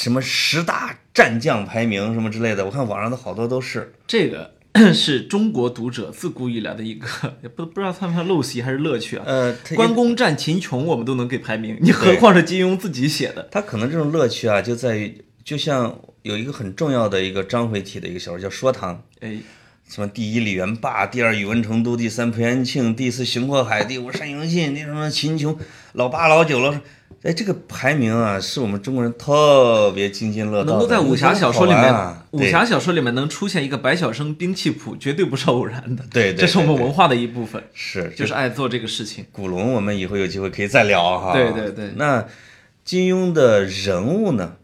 [SPEAKER 3] 什么十大战将排名什么之类的，我看网上的好多都是，
[SPEAKER 4] 这个 是中国读者自古以来的一个， 也不不知道算不算陋习还是乐趣啊。
[SPEAKER 3] 呃，他
[SPEAKER 4] 关公战秦琼我们都能给排名，你何况是金庸自己写的？
[SPEAKER 3] 他可能这种乐趣啊，就在于，就像有一个很重要的一个章回体的一个小说叫《说堂》，
[SPEAKER 4] 哎，
[SPEAKER 3] 什么第一李元霸，第二宇文成都，第三裴元庆，第四邢祸海，第五单雄信，第什么秦琼，老八老九了，哎，这个排名啊，是我们中国人特别津津乐道的，
[SPEAKER 4] 能够在武侠小说里
[SPEAKER 3] 好玩
[SPEAKER 4] 面，
[SPEAKER 3] 啊
[SPEAKER 4] 武
[SPEAKER 3] 对
[SPEAKER 4] 侠小说里面能出现一个白晓生兵器谱，绝对不是偶然的。
[SPEAKER 3] 对对对
[SPEAKER 4] 这是我们文化的一部分，
[SPEAKER 3] 是
[SPEAKER 4] 就是爱做这个事情。
[SPEAKER 3] 古龙，我们以后有机会可以再聊啊哈。
[SPEAKER 4] 对对对
[SPEAKER 3] 那金庸的人物呢，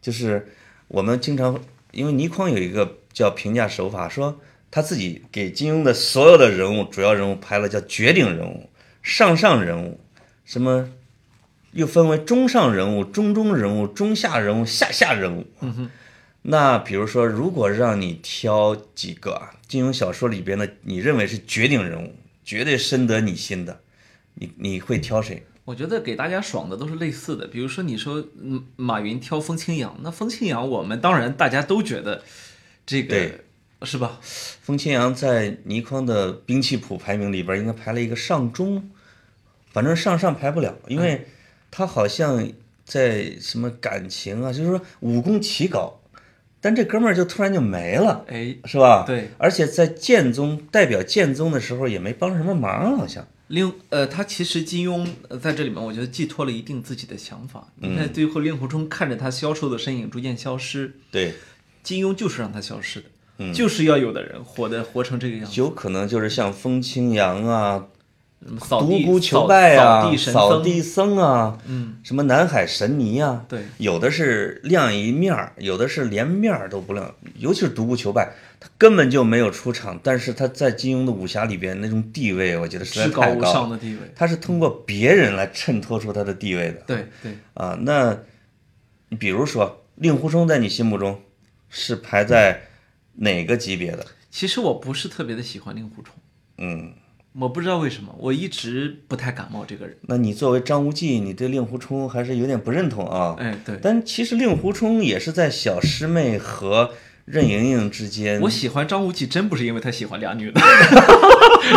[SPEAKER 3] 就是我们经常因为倪匡有一个叫评价手法，说他自己给金庸的所有的人物主要人物排了叫绝顶人物、上上人物，什么又分为中上人物、中中人物、中下人物、下下人物。嗯哼。那比如说，如果让你挑几个啊，金庸小说里边的你认为是绝顶人物，绝对深得你心的，你你会挑谁？
[SPEAKER 4] 我觉得给大家爽的都是类似的，比如说你说嗯马云挑风清扬，那风清扬我们当然大家都觉得这个
[SPEAKER 3] 对
[SPEAKER 4] 是吧？
[SPEAKER 3] 风清扬在倪匡的兵器谱排名里边应该排了一个上中，反正上上排不了，因为他好像在什么感情啊，就是说武功奇高，但这哥们儿就突然就没了。
[SPEAKER 4] 哎，
[SPEAKER 3] 是吧？
[SPEAKER 4] 对，
[SPEAKER 3] 而且在建宗代表建宗的时候也没帮什么忙，好像。
[SPEAKER 4] 另呃，他其实金庸呃在这里面，我觉得寄托了一定自己的想法。你
[SPEAKER 3] 嗯
[SPEAKER 4] 看最后令狐冲看着他消瘦的身影逐渐消失，
[SPEAKER 3] 对，
[SPEAKER 4] 金庸就是让他消失的，
[SPEAKER 3] 嗯
[SPEAKER 4] 就是要有的人活的活成这个样子，
[SPEAKER 3] 有可能就是像风清扬啊、
[SPEAKER 4] 什么扫
[SPEAKER 3] 独
[SPEAKER 4] 地
[SPEAKER 3] 孤求
[SPEAKER 4] 扫
[SPEAKER 3] 败啊、
[SPEAKER 4] 扫
[SPEAKER 3] 扫
[SPEAKER 4] 地神
[SPEAKER 3] 僧
[SPEAKER 4] 僧，
[SPEAKER 3] 啊，
[SPEAKER 4] 嗯，
[SPEAKER 3] 什么南海神尼啊，
[SPEAKER 4] 对
[SPEAKER 3] 有的是亮一面儿，有的是连面儿都不亮，尤其是独孤求败，他根本就没有出场，但是他在金庸的武侠里边那种地位，我觉得实在
[SPEAKER 4] 至高
[SPEAKER 3] 太
[SPEAKER 4] 无
[SPEAKER 3] 高
[SPEAKER 4] 上
[SPEAKER 3] 了，
[SPEAKER 4] 的地位。
[SPEAKER 3] 他是通过别人来衬托出他的地位的
[SPEAKER 4] 对对，
[SPEAKER 3] 啊。那你比如说令狐冲，在你心目中是排在哪个级别的？
[SPEAKER 4] 其实我不是特别的喜欢令狐冲，
[SPEAKER 3] 嗯，
[SPEAKER 4] 我不知道为什么，我一直不太感冒这个人。
[SPEAKER 3] 那你作为张无忌，你对令狐冲还是有点不认同啊？
[SPEAKER 4] 哎，对，
[SPEAKER 3] 但其实令狐冲也是在小师妹和任盈盈之间。
[SPEAKER 4] 我喜欢张无忌真不是因为他喜欢俩女的。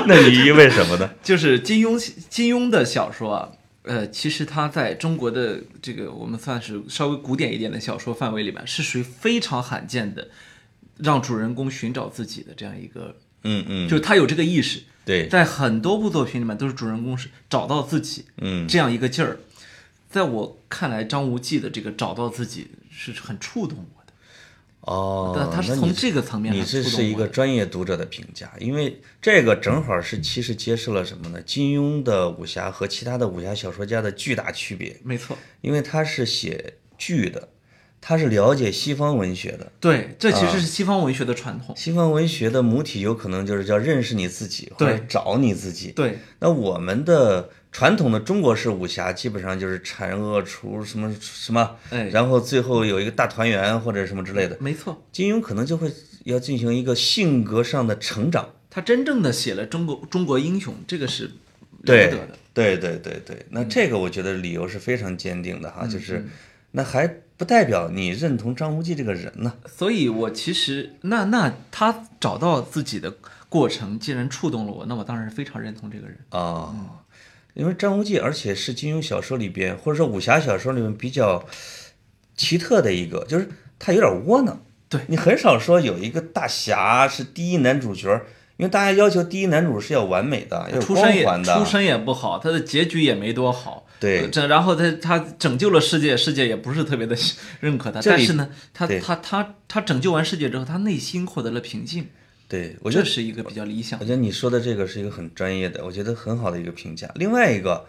[SPEAKER 3] 那你因为什么呢？
[SPEAKER 4] 就是金庸金庸的小说啊，呃，其实它在中国的这个我们算是稍微古典一点的小说范围里面，是属于非常罕见的，让主人公寻找自己的这样一个，
[SPEAKER 3] 嗯嗯，
[SPEAKER 4] 就是他有这个意识，
[SPEAKER 3] 对，
[SPEAKER 4] 在很多部作品里面都是主人公是找到自己，
[SPEAKER 3] 嗯
[SPEAKER 4] 这样一个劲儿。在我看来，张无忌的这个找到自己是很触动我的，
[SPEAKER 3] 哦
[SPEAKER 4] 但，他是
[SPEAKER 3] 那
[SPEAKER 4] 从
[SPEAKER 3] 你
[SPEAKER 4] 这个层面
[SPEAKER 3] 你
[SPEAKER 4] 来触
[SPEAKER 3] 这
[SPEAKER 4] 动
[SPEAKER 3] 是一
[SPEAKER 4] 我
[SPEAKER 3] 个
[SPEAKER 4] 的
[SPEAKER 3] 专业读者的评价，因为这个正好是其实揭示了什么呢？金庸的武侠和其他的武侠小说家的巨大区别，
[SPEAKER 4] 没错，
[SPEAKER 3] 因为他是写剧的，他是了解西方文学的。
[SPEAKER 4] 对，这其实是西方文学的传统，
[SPEAKER 3] 西方文学的母体有可能就是叫认识你自己，或者
[SPEAKER 4] 对
[SPEAKER 3] 找你自己。
[SPEAKER 4] 对，
[SPEAKER 3] 那我们的传统的中国式武侠，基本上就是惩恶除什么什么，
[SPEAKER 4] 哎
[SPEAKER 3] 然后最后有一个大团圆或者什么之类的。
[SPEAKER 4] 没错。
[SPEAKER 3] 金庸可能就会要进行一个性格上的成长，
[SPEAKER 4] 他真正的写了中国中国英雄，这个是了不
[SPEAKER 3] 对
[SPEAKER 4] 得的。
[SPEAKER 3] 对对对对。那这个我觉得理由是非常坚定的哈，就是那还不代表你认同张无忌这个人呢。
[SPEAKER 4] 所以我其实那那他找到自己的过程，既然触动了我，那我当然是非常认同这个人。
[SPEAKER 3] 啊、因为张无忌，而且是金庸小说里边，或者说武侠小说里面比较奇特的一个，就是他有点窝囊。
[SPEAKER 4] 对
[SPEAKER 3] 你很少说有一个大侠是第一男主角，因为大家要求第一男主是要完美的，要有
[SPEAKER 4] 出
[SPEAKER 3] 光
[SPEAKER 4] 身也
[SPEAKER 3] 环的。
[SPEAKER 4] 出身也不好，他的结局也没多好。
[SPEAKER 3] 对
[SPEAKER 4] 呃这然后他他拯救了世界，世界也不是特别的 认可他。
[SPEAKER 3] 这
[SPEAKER 4] 但
[SPEAKER 3] 里
[SPEAKER 4] 是呢，他
[SPEAKER 3] 对
[SPEAKER 4] 他他他拯救完世界之后，他内心获得了平静，
[SPEAKER 3] 对，我觉
[SPEAKER 4] 这
[SPEAKER 3] 得
[SPEAKER 4] 是一个比较理想
[SPEAKER 3] 我
[SPEAKER 4] 的。
[SPEAKER 3] 觉得你说的这个是一个很专业的，我觉得很好的一个评价。另外一个，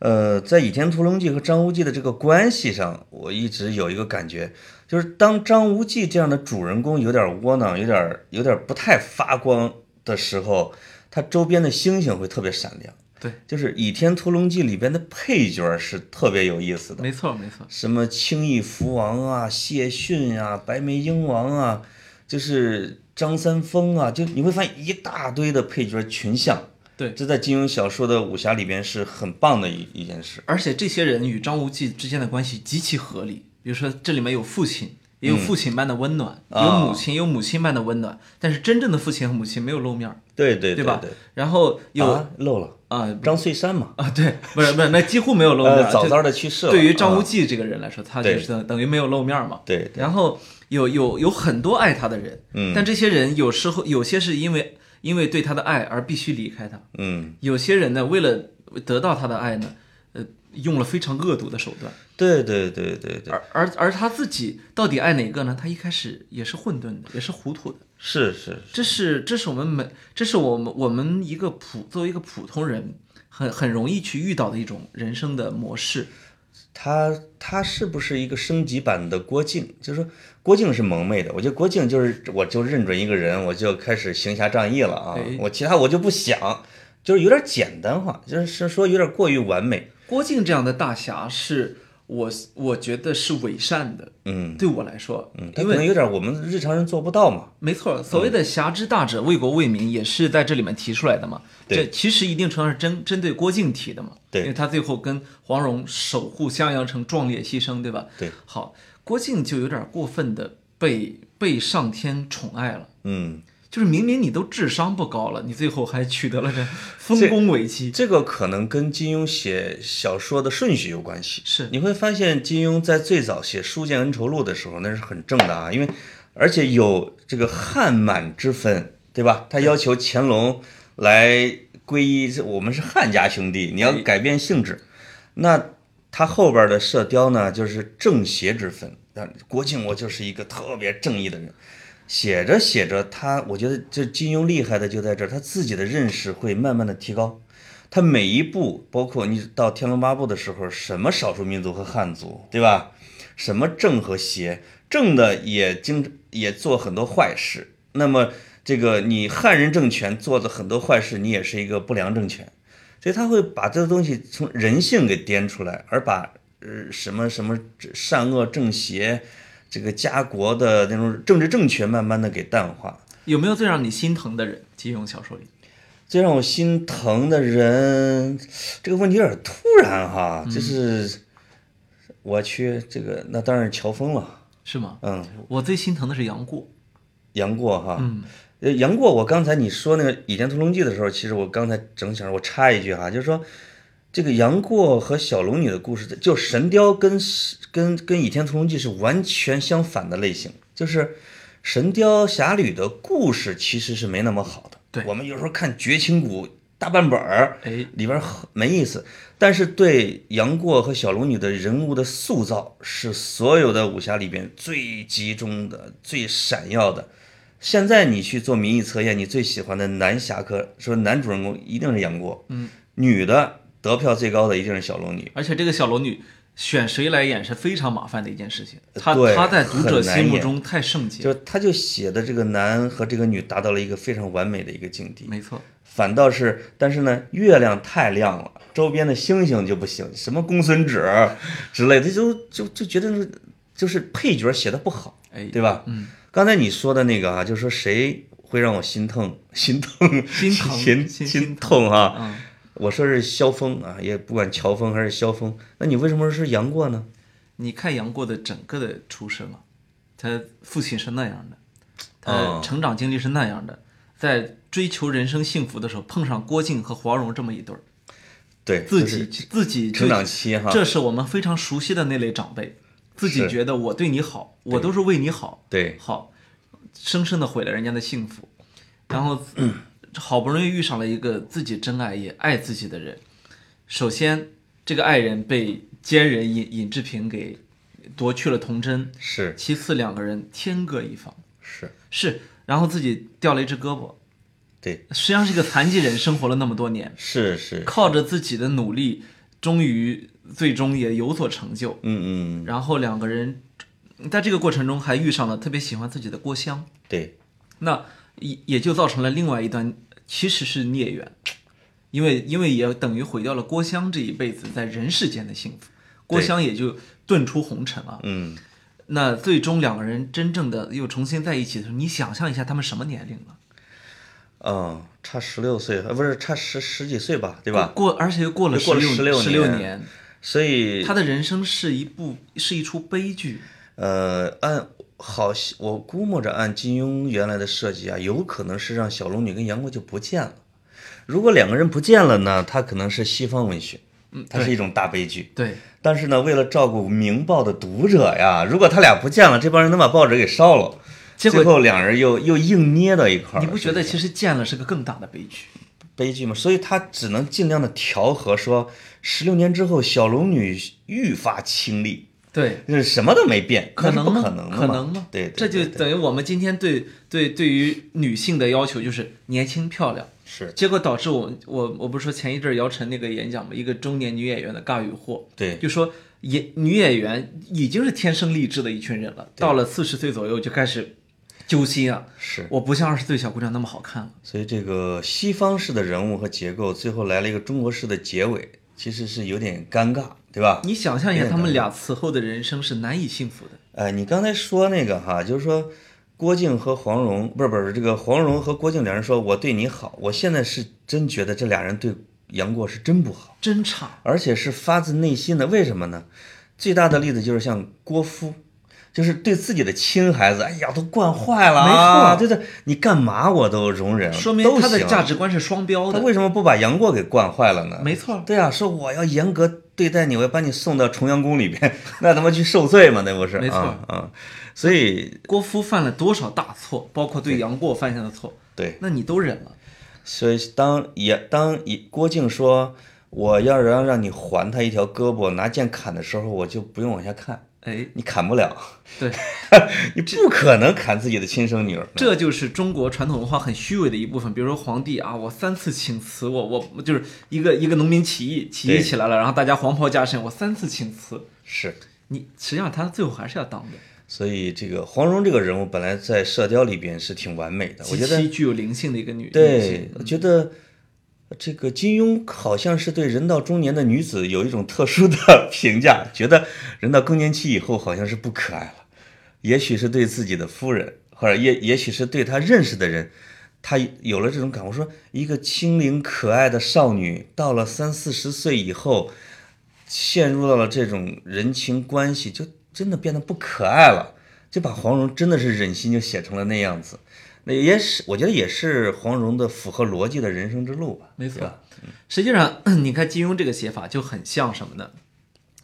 [SPEAKER 3] 呃，在《倚天屠龙记》和张无忌的这个关系上，我一直有一个感觉，就是当张无忌这样的主人公有点窝囊、有点有点不太发光的时候，他周边的星星会特别闪亮。
[SPEAKER 4] 对，
[SPEAKER 3] 就是《倚天屠龙记》里边的配角是特别有意思的，
[SPEAKER 4] 没错没错，
[SPEAKER 3] 什么轻易福王啊、谢逊啊、白眉鹰王啊，就是张三丰啊，就你会发现一大堆的配角群像。
[SPEAKER 4] 对
[SPEAKER 3] 这在金庸小说的武侠里边是很棒的一一件事。
[SPEAKER 4] 而且这些人与张无忌之间的关系极其合理。比如说，这里面有父亲，也有父亲般的温暖，
[SPEAKER 3] 嗯啊
[SPEAKER 4] 有母亲，有母亲般的温暖。但是真正的父亲和母亲没有露面儿，
[SPEAKER 3] 对对
[SPEAKER 4] 对
[SPEAKER 3] 对
[SPEAKER 4] 吧？
[SPEAKER 3] 对
[SPEAKER 4] 然后有
[SPEAKER 3] 啊，漏了
[SPEAKER 4] 啊不
[SPEAKER 3] 张翠山嘛，
[SPEAKER 4] 啊，对，不是不是，那几乎没有露面儿。
[SPEAKER 3] 呃，早
[SPEAKER 4] 就
[SPEAKER 3] 早的去世了。
[SPEAKER 4] 对于张无
[SPEAKER 3] 啊，
[SPEAKER 4] 忌这个人来说，他就
[SPEAKER 3] 对
[SPEAKER 4] 是等等于没有露面儿嘛。
[SPEAKER 3] 对对
[SPEAKER 4] 然后有有有很多爱他的人，
[SPEAKER 3] 嗯
[SPEAKER 4] 但这些人有时候有些是因为因为对他的爱而必须离开他，
[SPEAKER 3] 嗯
[SPEAKER 4] 有些人呢为了得到他的爱呢，呃，用了非常恶毒的手段。
[SPEAKER 3] 对对对对对，
[SPEAKER 4] 而而而他自己到底爱哪个呢？他一开始也是混沌的，也是糊涂的。
[SPEAKER 3] 是是，
[SPEAKER 4] 这是这是我们每这是我们我们一个普作为一个普通人很很容易去遇到的一种人生的模式。
[SPEAKER 3] 他他是不是一个升级版的郭靖？就是说，郭靖是蒙昧的，我觉得郭靖就是我就认准一个人，我就开始行侠仗义了啊
[SPEAKER 4] 哎，
[SPEAKER 3] 我其他我就不想，就是有点简单化，就是是说有点过于完美。
[SPEAKER 4] 郭靖这样的大侠是我我觉得是伪善的，
[SPEAKER 3] 嗯
[SPEAKER 4] 对我来说，
[SPEAKER 3] 嗯，他
[SPEAKER 4] 因
[SPEAKER 3] 可能嗯
[SPEAKER 4] 为
[SPEAKER 3] 有点我们日常人做不到嘛。
[SPEAKER 4] 没错，所谓的侠之大者，为国为民，也是在这里面提出来的嘛。
[SPEAKER 3] 对
[SPEAKER 4] 这其实一定程度上是针针对郭靖提的嘛，
[SPEAKER 3] 对
[SPEAKER 4] 因为他最后跟黄蓉守护襄阳城壮烈牺牲，对吧？
[SPEAKER 3] 对，
[SPEAKER 4] 好，郭靖就有点过分的被被上天宠爱了。
[SPEAKER 3] 嗯，
[SPEAKER 4] 就是明明你都智商不高了，你最后还取得了这丰功伟绩。
[SPEAKER 3] 这个可能跟金庸写小说的顺序有关系。
[SPEAKER 4] 是
[SPEAKER 3] 你会发现金庸在最早写《书剑恩仇录》的时候，那是很正的啊，因为而且有这个汉满之分，对吧？他要求乾隆来皈依，这我们是汉家兄弟，你要改变性质。那他后边的《射雕》呢，就是正邪之分。啊郭靖我就是一个特别正义的人。写着写着，他我觉得这金庸厉害的就在这儿，他自己的认识会慢慢的提高。他每一步，包括你到《天龙八部》的时候，什么少数民族和汉族，对吧？什么正和邪，正的也经也做很多坏事。那么这个你汉人政权做的很多坏事，你也是一个不良政权，所以他会把这个东西从人性给颠出来，而把呃什么什么善恶正邪，这个家国的那种政治正确慢慢的给淡化。
[SPEAKER 4] 有没有最让你心疼的人？金庸小说里，
[SPEAKER 3] 最让我心疼的人，这个问题有点突然哈，就是我去这个，那当然是乔峰了，
[SPEAKER 4] 是吗？
[SPEAKER 3] 嗯，
[SPEAKER 4] 我最心疼的是杨过。
[SPEAKER 3] 杨过哈，呃，杨过，我刚才你说那个《倚天屠龙记》的时候，其实我刚才整想我插一句哈，就是说这个杨过和小龙女的故事，就《神雕跟》跟跟《倚天屠龙记》是完全相反的类型，就是《神雕侠侣》的故事其实是没那么好的。
[SPEAKER 4] 对
[SPEAKER 3] 我们有时候看《绝情谷》大半本儿，
[SPEAKER 4] 哎，
[SPEAKER 3] 里边很没意思，但是对杨过和小龙女的人物的塑造是所有的武侠里边最集中的、最闪耀的。现在你去做民意测验，你最喜欢的男侠客，说男主人公一定是杨过，嗯，女的得票最高的一定是小龙女。
[SPEAKER 4] 而且这个小龙女选谁来演是非常麻烦的一件事情。她
[SPEAKER 3] 呃对
[SPEAKER 4] 她在读者心目中太圣洁
[SPEAKER 3] 就
[SPEAKER 4] 了，
[SPEAKER 3] 是他就写的这个男和这个女达到了一个非常完美的一个境地，
[SPEAKER 4] 没错。
[SPEAKER 3] 反倒是，但是呢，月亮太亮了，周边的星星就不行，什么公孙止之类的，就就就觉得是就是配角写的不好，
[SPEAKER 4] 哎，
[SPEAKER 3] 对吧？嗯，刚才你说的那个啊，就是说谁会让我心疼、 心疼、
[SPEAKER 4] 心疼
[SPEAKER 3] 心
[SPEAKER 4] 心
[SPEAKER 3] 心
[SPEAKER 4] 心
[SPEAKER 3] 痛啊？
[SPEAKER 4] 嗯
[SPEAKER 3] 我说是萧峰啊，也不管乔峰还是萧峰，那你为什么是杨过呢？
[SPEAKER 4] 你看杨过的整个的出身啊，他父亲是那样的，
[SPEAKER 3] 哦
[SPEAKER 4] 他成长经历是那样的，在追求人生幸福的时候，碰上郭靖和黄蓉这么一对儿，
[SPEAKER 3] 对，
[SPEAKER 4] 自
[SPEAKER 3] 就是
[SPEAKER 4] 己自己就
[SPEAKER 3] 成长期哈
[SPEAKER 4] 这是我们非常熟悉的那类长辈，自己
[SPEAKER 3] 是
[SPEAKER 4] 觉得我对你好，我都是为你好，
[SPEAKER 3] 对
[SPEAKER 4] 好，生生的毁了人家的幸福，然后好不容易遇上了一个自己真爱也爱自己的人，首先这个爱人被奸人尹尹志平给夺去了童真，
[SPEAKER 3] 是
[SPEAKER 4] 其次两个人天各一方，
[SPEAKER 3] 是，
[SPEAKER 4] 是，然后自己掉了一只胳膊，
[SPEAKER 3] 对，
[SPEAKER 4] 实际上是一个残疾人，生活了那么多年，
[SPEAKER 3] 是是，
[SPEAKER 4] 靠着自己的努力，终于最终也有所成就。
[SPEAKER 3] 嗯嗯，
[SPEAKER 4] 然后两个人在这个过程中还遇上了特别喜欢自己的郭襄，
[SPEAKER 3] 对，
[SPEAKER 4] 那也也就造成了另外一段其实是孽缘，因为因为也等于毁掉了郭襄这一辈子在人世间的幸福，郭襄也就遁出红尘啊。
[SPEAKER 3] 嗯，
[SPEAKER 4] 那最终两个人真正的又重新在一起的时候，你想象一下他们什么年龄了？
[SPEAKER 3] 嗯，差十六岁，呃，不是差十十几岁吧，对吧？
[SPEAKER 4] 过而且又过了
[SPEAKER 3] 又过了
[SPEAKER 4] 十
[SPEAKER 3] 16
[SPEAKER 4] 十六
[SPEAKER 3] 年
[SPEAKER 4] 年，
[SPEAKER 3] 所以
[SPEAKER 4] 他的人生是一部是一出悲剧。
[SPEAKER 3] 呃，按好像，我估摸着按金庸原来的设计啊，有可能是让小龙女跟杨过就不见了。如果两个人不见了呢，它可能是西方文学，嗯，它是一种大悲剧。
[SPEAKER 4] 对，
[SPEAKER 3] 但是呢，为了照顾《明报》的读者呀，如果他俩不见了，这帮人能把报纸给烧了，
[SPEAKER 4] 结
[SPEAKER 3] 最
[SPEAKER 4] 果
[SPEAKER 3] 后两人又又硬捏到一块儿了。
[SPEAKER 4] 你不觉得
[SPEAKER 3] 是
[SPEAKER 4] 其实见了是个更大的悲剧？
[SPEAKER 3] 是悲剧嘛，所以他只能尽量的调和说，十六年之后小龙女愈发清丽，
[SPEAKER 4] 对，
[SPEAKER 3] 就是什么都没变，
[SPEAKER 4] 可
[SPEAKER 3] 那是
[SPEAKER 4] 能
[SPEAKER 3] 不
[SPEAKER 4] 吗？
[SPEAKER 3] 可能的嘛
[SPEAKER 4] 可能吗？
[SPEAKER 3] 对，对
[SPEAKER 4] 这就
[SPEAKER 3] 对对
[SPEAKER 4] 等于我们今天对对对于女性的要求就是年轻漂亮，
[SPEAKER 3] 是
[SPEAKER 4] 结果导致我我我不是说前一阵儿姚晨那个演讲嘛，一个中年女演员的尬与惑，
[SPEAKER 3] 对
[SPEAKER 4] 就说演女演员已经是天生丽质的一群人了，到了四十岁左右就开始揪心啊，
[SPEAKER 3] 是，
[SPEAKER 4] 我不像二十岁小姑娘那么好看了。
[SPEAKER 3] 所以这个西方式的人物和结构，最后来了一个中国式的结尾，其实是有点尴尬，对吧？
[SPEAKER 4] 你想象一下，他们俩此后的人生是难以幸福的。
[SPEAKER 3] 哎，你刚才说那个哈，就是说郭靖和黄蓉，不是不是这个黄蓉和郭靖两人说我对你好，我现在是真觉得这俩人对杨过是真不好，
[SPEAKER 4] 真差，
[SPEAKER 3] 而且是发自内心的。为什么呢？最大的例子就是像郭芙。就是对自己的亲孩子，哎呀，都惯坏了、啊，
[SPEAKER 4] 没
[SPEAKER 3] 对
[SPEAKER 4] 错
[SPEAKER 3] 对，你干嘛我都容忍，
[SPEAKER 4] 说明
[SPEAKER 3] 都
[SPEAKER 4] 他的
[SPEAKER 3] 行啊
[SPEAKER 4] 价值观是双标
[SPEAKER 3] 他
[SPEAKER 4] 的。
[SPEAKER 3] 为什么不把杨过给惯坏了呢？
[SPEAKER 4] 没错
[SPEAKER 3] 对啊，说我要严格对待你，我要把你送到重阳宫里边， 那他妈去受罪嘛，那不是？
[SPEAKER 4] 没错
[SPEAKER 3] 啊，啊所以
[SPEAKER 4] 郭芙犯了多少大错，包括对杨过犯下的错，
[SPEAKER 3] 对，
[SPEAKER 4] 那你都忍了。
[SPEAKER 3] 所以当也当也郭靖说我要让让你还他一条胳膊，拿剑砍的时候，我就不用往下看，
[SPEAKER 4] 哎，
[SPEAKER 3] 你砍不了，
[SPEAKER 4] 对，
[SPEAKER 3] 你不可能砍自己的亲生女儿。
[SPEAKER 4] 这就是中国传统文化很虚伪的一部分。比如说皇帝啊，我三次请辞，我我就是一个一个农民起义，起义
[SPEAKER 3] 对
[SPEAKER 4] 起来了，然后大家黄袍加身，我三次请辞。
[SPEAKER 3] 是。
[SPEAKER 4] 你实际上他最后还是要当的，
[SPEAKER 3] 所以这个黄蓉这个人物本来在《射雕》里边是挺完美的，我
[SPEAKER 4] 极
[SPEAKER 3] 觉得
[SPEAKER 4] 其具有灵性的一个女女
[SPEAKER 3] 对
[SPEAKER 4] 性，
[SPEAKER 3] 我觉得这个金庸好像是对人到中年的女子有一种特殊的 评价，觉得人到更年期以后好像是不可爱了。也许是对自己的夫人，或者也也许是对他认识的人，他有了这种感悟，说一个清灵可爱的少女，到了三四十岁以后，陷入到了这种人情关系，就真的变得不可爱了。就把黄蓉真的是忍心就写成了那样子，那也是，我觉得也是黄蓉的符合逻辑的人生之路吧。
[SPEAKER 4] 没错
[SPEAKER 3] 对啊吧，
[SPEAKER 4] 实际上， 你看金庸这个写法就很像什么呢？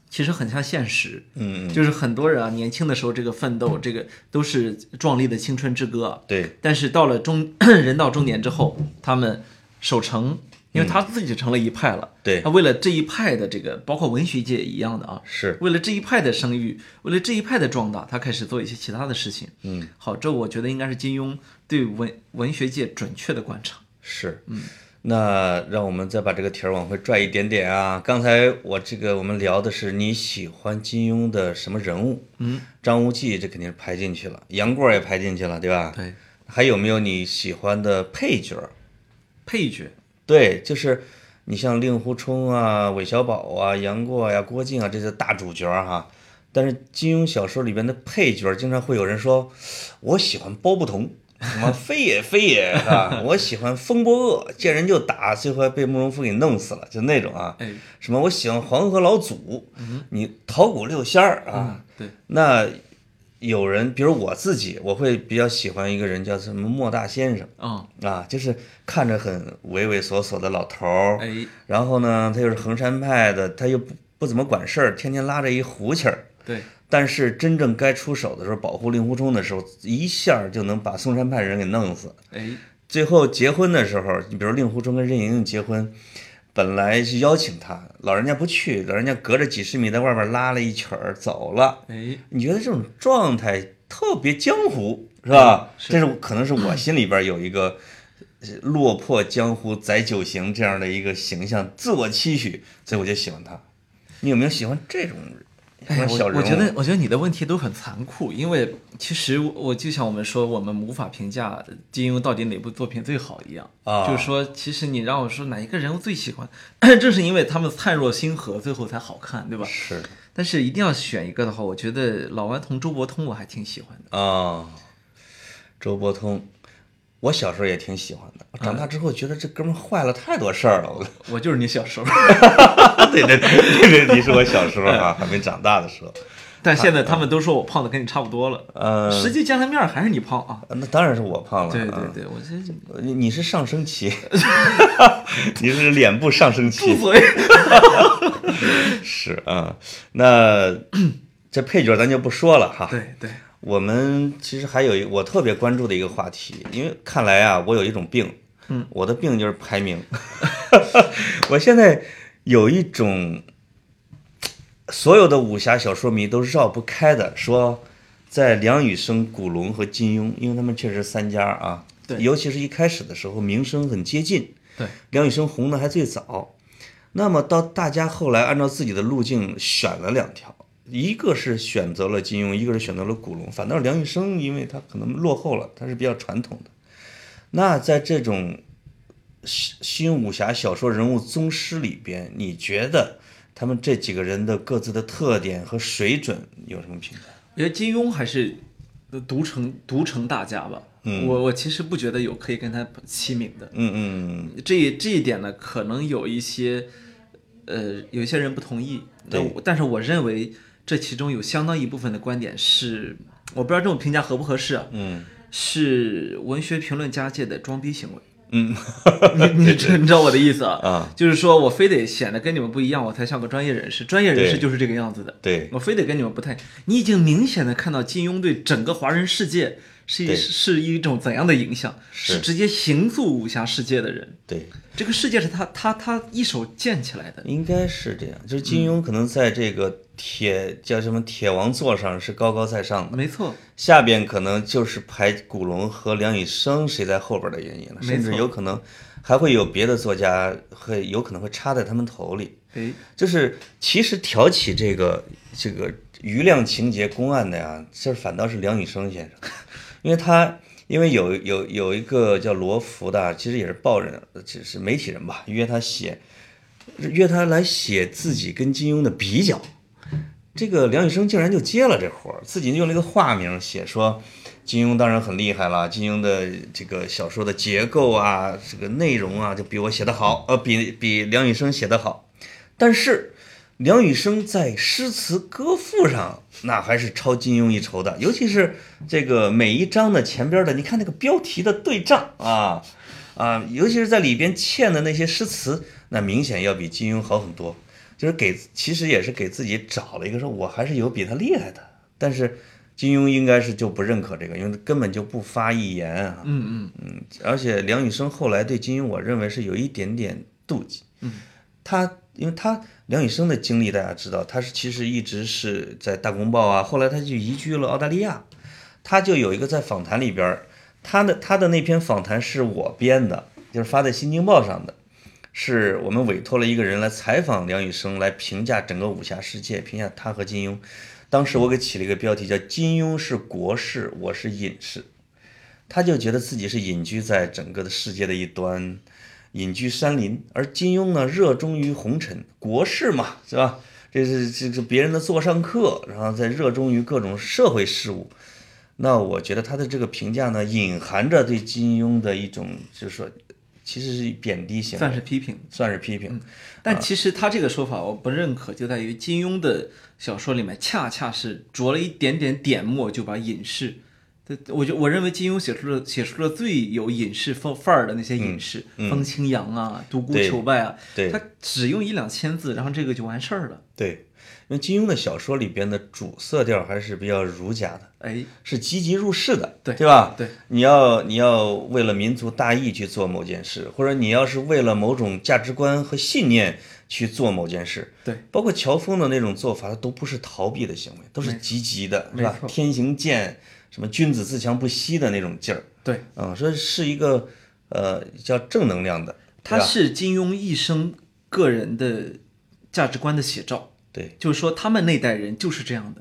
[SPEAKER 4] 其实很像现实，
[SPEAKER 3] 嗯，嗯
[SPEAKER 4] 就是很多人啊，年轻的时候这个奋斗，这个都是壮丽的青春之歌啊，
[SPEAKER 3] 对，
[SPEAKER 4] 但是到了中 人到中年之后，他们守成，因为他自己成了一派了，
[SPEAKER 3] 对
[SPEAKER 4] 他为了这一派的这个，包括文学界也一样的啊，
[SPEAKER 3] 是
[SPEAKER 4] 为了这一派的声誉，为了这一派的壮大，他开始做一些其他的事情，嗯，好，这我觉得应该是金庸对文文学界准确的观察，
[SPEAKER 3] 是，嗯。那让我们再把这个题儿往回拽一点点啊！刚才我这个我们聊的是你喜欢金庸的什么人物？嗯，张无忌这肯定是排进去了，杨过也排进去了，对吧？。
[SPEAKER 4] 对，
[SPEAKER 3] 还有没有你喜欢的配角儿？
[SPEAKER 4] 配角，
[SPEAKER 3] 对，就是你像令狐冲啊、韦小宝啊、杨过呀、郭靖啊，这些大主角儿哈、但是金庸小说里边的配角，经常会有人说，我喜欢包不同，什么飞也飞也啊， 我喜欢风不恶，见人就打，最后还被慕容复给弄死了，就那种啊。
[SPEAKER 4] 哎，
[SPEAKER 3] 什么我喜欢黄河老祖，你桃谷六仙儿啊，
[SPEAKER 4] 嗯，对。
[SPEAKER 3] 那有人，比如我自己，我会比较喜欢一个人叫什么莫大先生。
[SPEAKER 4] 嗯，
[SPEAKER 3] 啊，就是看着很畏畏缩缩的老头儿，
[SPEAKER 4] 哎，
[SPEAKER 3] 然后呢，他又是衡山派的，他又不不怎么管事儿，天天拉着一胡琴儿。
[SPEAKER 4] 对，
[SPEAKER 3] 但是真正该出手的时候，保护令狐冲的时候，一下儿就能把嵩山派人给弄死。
[SPEAKER 4] 哎，
[SPEAKER 3] 最后结婚的时候，你比如令狐冲跟任盈盈结婚，本来是邀请他，老人家不去，老人家隔着几十米在外边拉了一曲儿走了。
[SPEAKER 4] 哎，
[SPEAKER 3] 你觉得这种状态特别江湖，是吧？
[SPEAKER 4] 嗯是
[SPEAKER 3] 这是可能是我心里边有一个呃落魄江湖载酒行这样的一个形象，自我期许，所以我就喜欢他。你有没有喜欢这种什
[SPEAKER 4] 哎，
[SPEAKER 3] 么小
[SPEAKER 4] 我
[SPEAKER 3] 人物？
[SPEAKER 4] 我觉得，我觉得你的问题都很残酷，因为其实我就像我们说，我们无法评价金庸到底哪部作品最好一样。
[SPEAKER 3] 啊
[SPEAKER 4] 就是说，其实你让我说哪一个人物最喜欢， 正是因为他们灿若星河，最后才好看，对吧？
[SPEAKER 3] 是
[SPEAKER 4] 但是一定要选一个的话，我觉得老顽童周伯通我还挺喜欢的。
[SPEAKER 3] 啊、周伯通。我小时候也挺喜欢的，我长
[SPEAKER 4] 嗯
[SPEAKER 3] 大之后觉得这哥们儿坏了太多事儿了。我
[SPEAKER 4] 我就是你小时候，
[SPEAKER 3] 对对对对，你是我小时候啊，还没长大的时候。
[SPEAKER 4] 但现在他们都说我胖的跟你差不多了，
[SPEAKER 3] 呃，
[SPEAKER 4] 实际见了面儿还是你胖啊。
[SPEAKER 3] 那当然是我胖了。
[SPEAKER 4] 对
[SPEAKER 3] 啊
[SPEAKER 4] 对对，我这
[SPEAKER 3] 你你是上升期，你是脸部上升
[SPEAKER 4] 不
[SPEAKER 3] 期，
[SPEAKER 4] 嘴。
[SPEAKER 3] 是啊、那这配角咱就不说了哈。
[SPEAKER 4] 对对，
[SPEAKER 3] 我们其实还有一我特别关注的一个话题，因为看来啊，我有一种病，嗯，我的病就是排 名。我现在有一种，所有的武侠小说迷都绕不开的，说在梁羽生、古龙和金庸，因为他们确实三家啊，
[SPEAKER 4] 对
[SPEAKER 3] 尤其是一开始的时候名声很接近，
[SPEAKER 4] 对，
[SPEAKER 3] 梁羽生红的还最早。那么到大家后来按照自己的路径选了两条，一个是选择了金庸，一个是选择了古龙。反倒是梁羽生，因为他可能落后了，他是比较传统的。那在这种新新武侠小说人物宗师里边，你觉得他们这几个人的各自的特点和水准有什么评价？
[SPEAKER 4] 我觉得金庸还是独成独成大家吧。嗯，我我其实不觉得有可以跟他齐名的。
[SPEAKER 3] 嗯嗯
[SPEAKER 4] 这一这一点呢，可能有一些，呃，有一些人不同意。那我但是我认为这其中有相当一部分的观点是，我不知道这种评价合不合适啊，
[SPEAKER 3] 嗯
[SPEAKER 4] 是文学评论家界的装逼行为。
[SPEAKER 3] 嗯，
[SPEAKER 4] 你你知你知道我的意思啊？
[SPEAKER 3] 啊，
[SPEAKER 4] 就是说我非得显得跟你们不一样，我才像个专业人士。专业人士
[SPEAKER 3] 对
[SPEAKER 4] 就是这个样子的。
[SPEAKER 3] 对，
[SPEAKER 4] 我非得跟你们不太，你已经明显的看到金庸对整个华人世界是一
[SPEAKER 3] 对
[SPEAKER 4] 是一种怎样的影响，
[SPEAKER 3] 是
[SPEAKER 4] 是直接形塑武侠世界的人。
[SPEAKER 3] 对，
[SPEAKER 4] 这个世界是他他他一手建起来的。
[SPEAKER 3] 应该是这样。就是金庸可能在这个铁叫什么铁王座上是高高在上的，
[SPEAKER 4] 没错，
[SPEAKER 3] 下边可能就是排古龙和梁羽生谁在后边的原因了，甚至
[SPEAKER 4] 没错
[SPEAKER 3] 有可能还会有别的作家会有可能会插在他们头里。
[SPEAKER 4] 哎，
[SPEAKER 3] 就是其实挑起这个这个余量情节公案的呀，这反倒是梁羽生先生， 因为他因为有有有一个叫罗福的啊，其实也是报人，只是媒体人吧，约他写，约他来写自己跟金庸的比较。这个梁羽生竟然就接了这活儿，自己用了一个化名写说，金庸当然很厉害了，金庸的这个小说的结构啊，这个内容啊，就比我写的好，呃，比比梁羽生写的好。但是梁羽生在诗词歌赋上，那还是超金庸一筹的，尤其是这个每一章的前边的，你看那个标题的对仗啊啊，尤其是在里边嵌的那些诗词，那明显要比金庸好很多。就是给，其实也是给自己找了一个，说我还是有比他厉害的。但是金庸应该是就不认可这个，因为根本就不发一言啊。
[SPEAKER 4] 嗯嗯，
[SPEAKER 3] 而且梁羽生后来对金庸，我认为是有一点点妒忌。嗯，他因为他梁羽生的经历大家知道，他是其实一直是在大公报啊，后来他就移居了澳大利亚。他就有一个在访谈里边儿，他的他的那篇访谈是我编的，就是发在《新京报》上的，是我们委托了一个人来采访梁羽生，来评价整个武侠世界，评价他和金庸。当时我给起了一个标题叫“金庸是国士，我是隐士”。他就觉得自己是隐居在整个的世界的一端，隐居山林。而金庸呢，热衷于红尘，国事嘛，是吧？这是这是别人的座上客，然后再热衷于各种社会事务。那我觉得他的这个评价呢，隐含着对金庸的一种，就是说，其实是贬低型，
[SPEAKER 4] 算是批评。
[SPEAKER 3] 算是批
[SPEAKER 4] 嗯
[SPEAKER 3] 评。
[SPEAKER 4] 但其实他这个说法我不认可，就在于金庸的小说里面，恰恰是着了一点点点墨就把隐士，对我就我认为金庸写出了写出了最有隐士范范儿的那些隐士，风清扬啊、独孤
[SPEAKER 3] 对
[SPEAKER 4] 求败啊，
[SPEAKER 3] 嗯对
[SPEAKER 4] 他只用一两千字，然后这个就完事儿了。
[SPEAKER 3] 对，因为金庸的小说里边的主色调还是比较儒家的，
[SPEAKER 4] 哎，
[SPEAKER 3] 是积极入世的，
[SPEAKER 4] 对
[SPEAKER 3] 对吧？
[SPEAKER 4] 对，
[SPEAKER 3] 你要你要为了民族大义去做某件事，或者你要是为了某种价值观和信念去做某件事，
[SPEAKER 4] 对，
[SPEAKER 3] 包括乔峰的那种做法，他都不是逃避的行为，都是积极的，是吧
[SPEAKER 4] 没？错
[SPEAKER 3] 天行健，什么君子自强不息的那种劲儿，
[SPEAKER 4] 对，
[SPEAKER 3] 嗯，说是一个呃叫正能量的，
[SPEAKER 4] 他
[SPEAKER 3] 对吧
[SPEAKER 4] 是金庸一生个人的价值观的写照，
[SPEAKER 3] 对，
[SPEAKER 4] 就是说他们那代人就是这样的，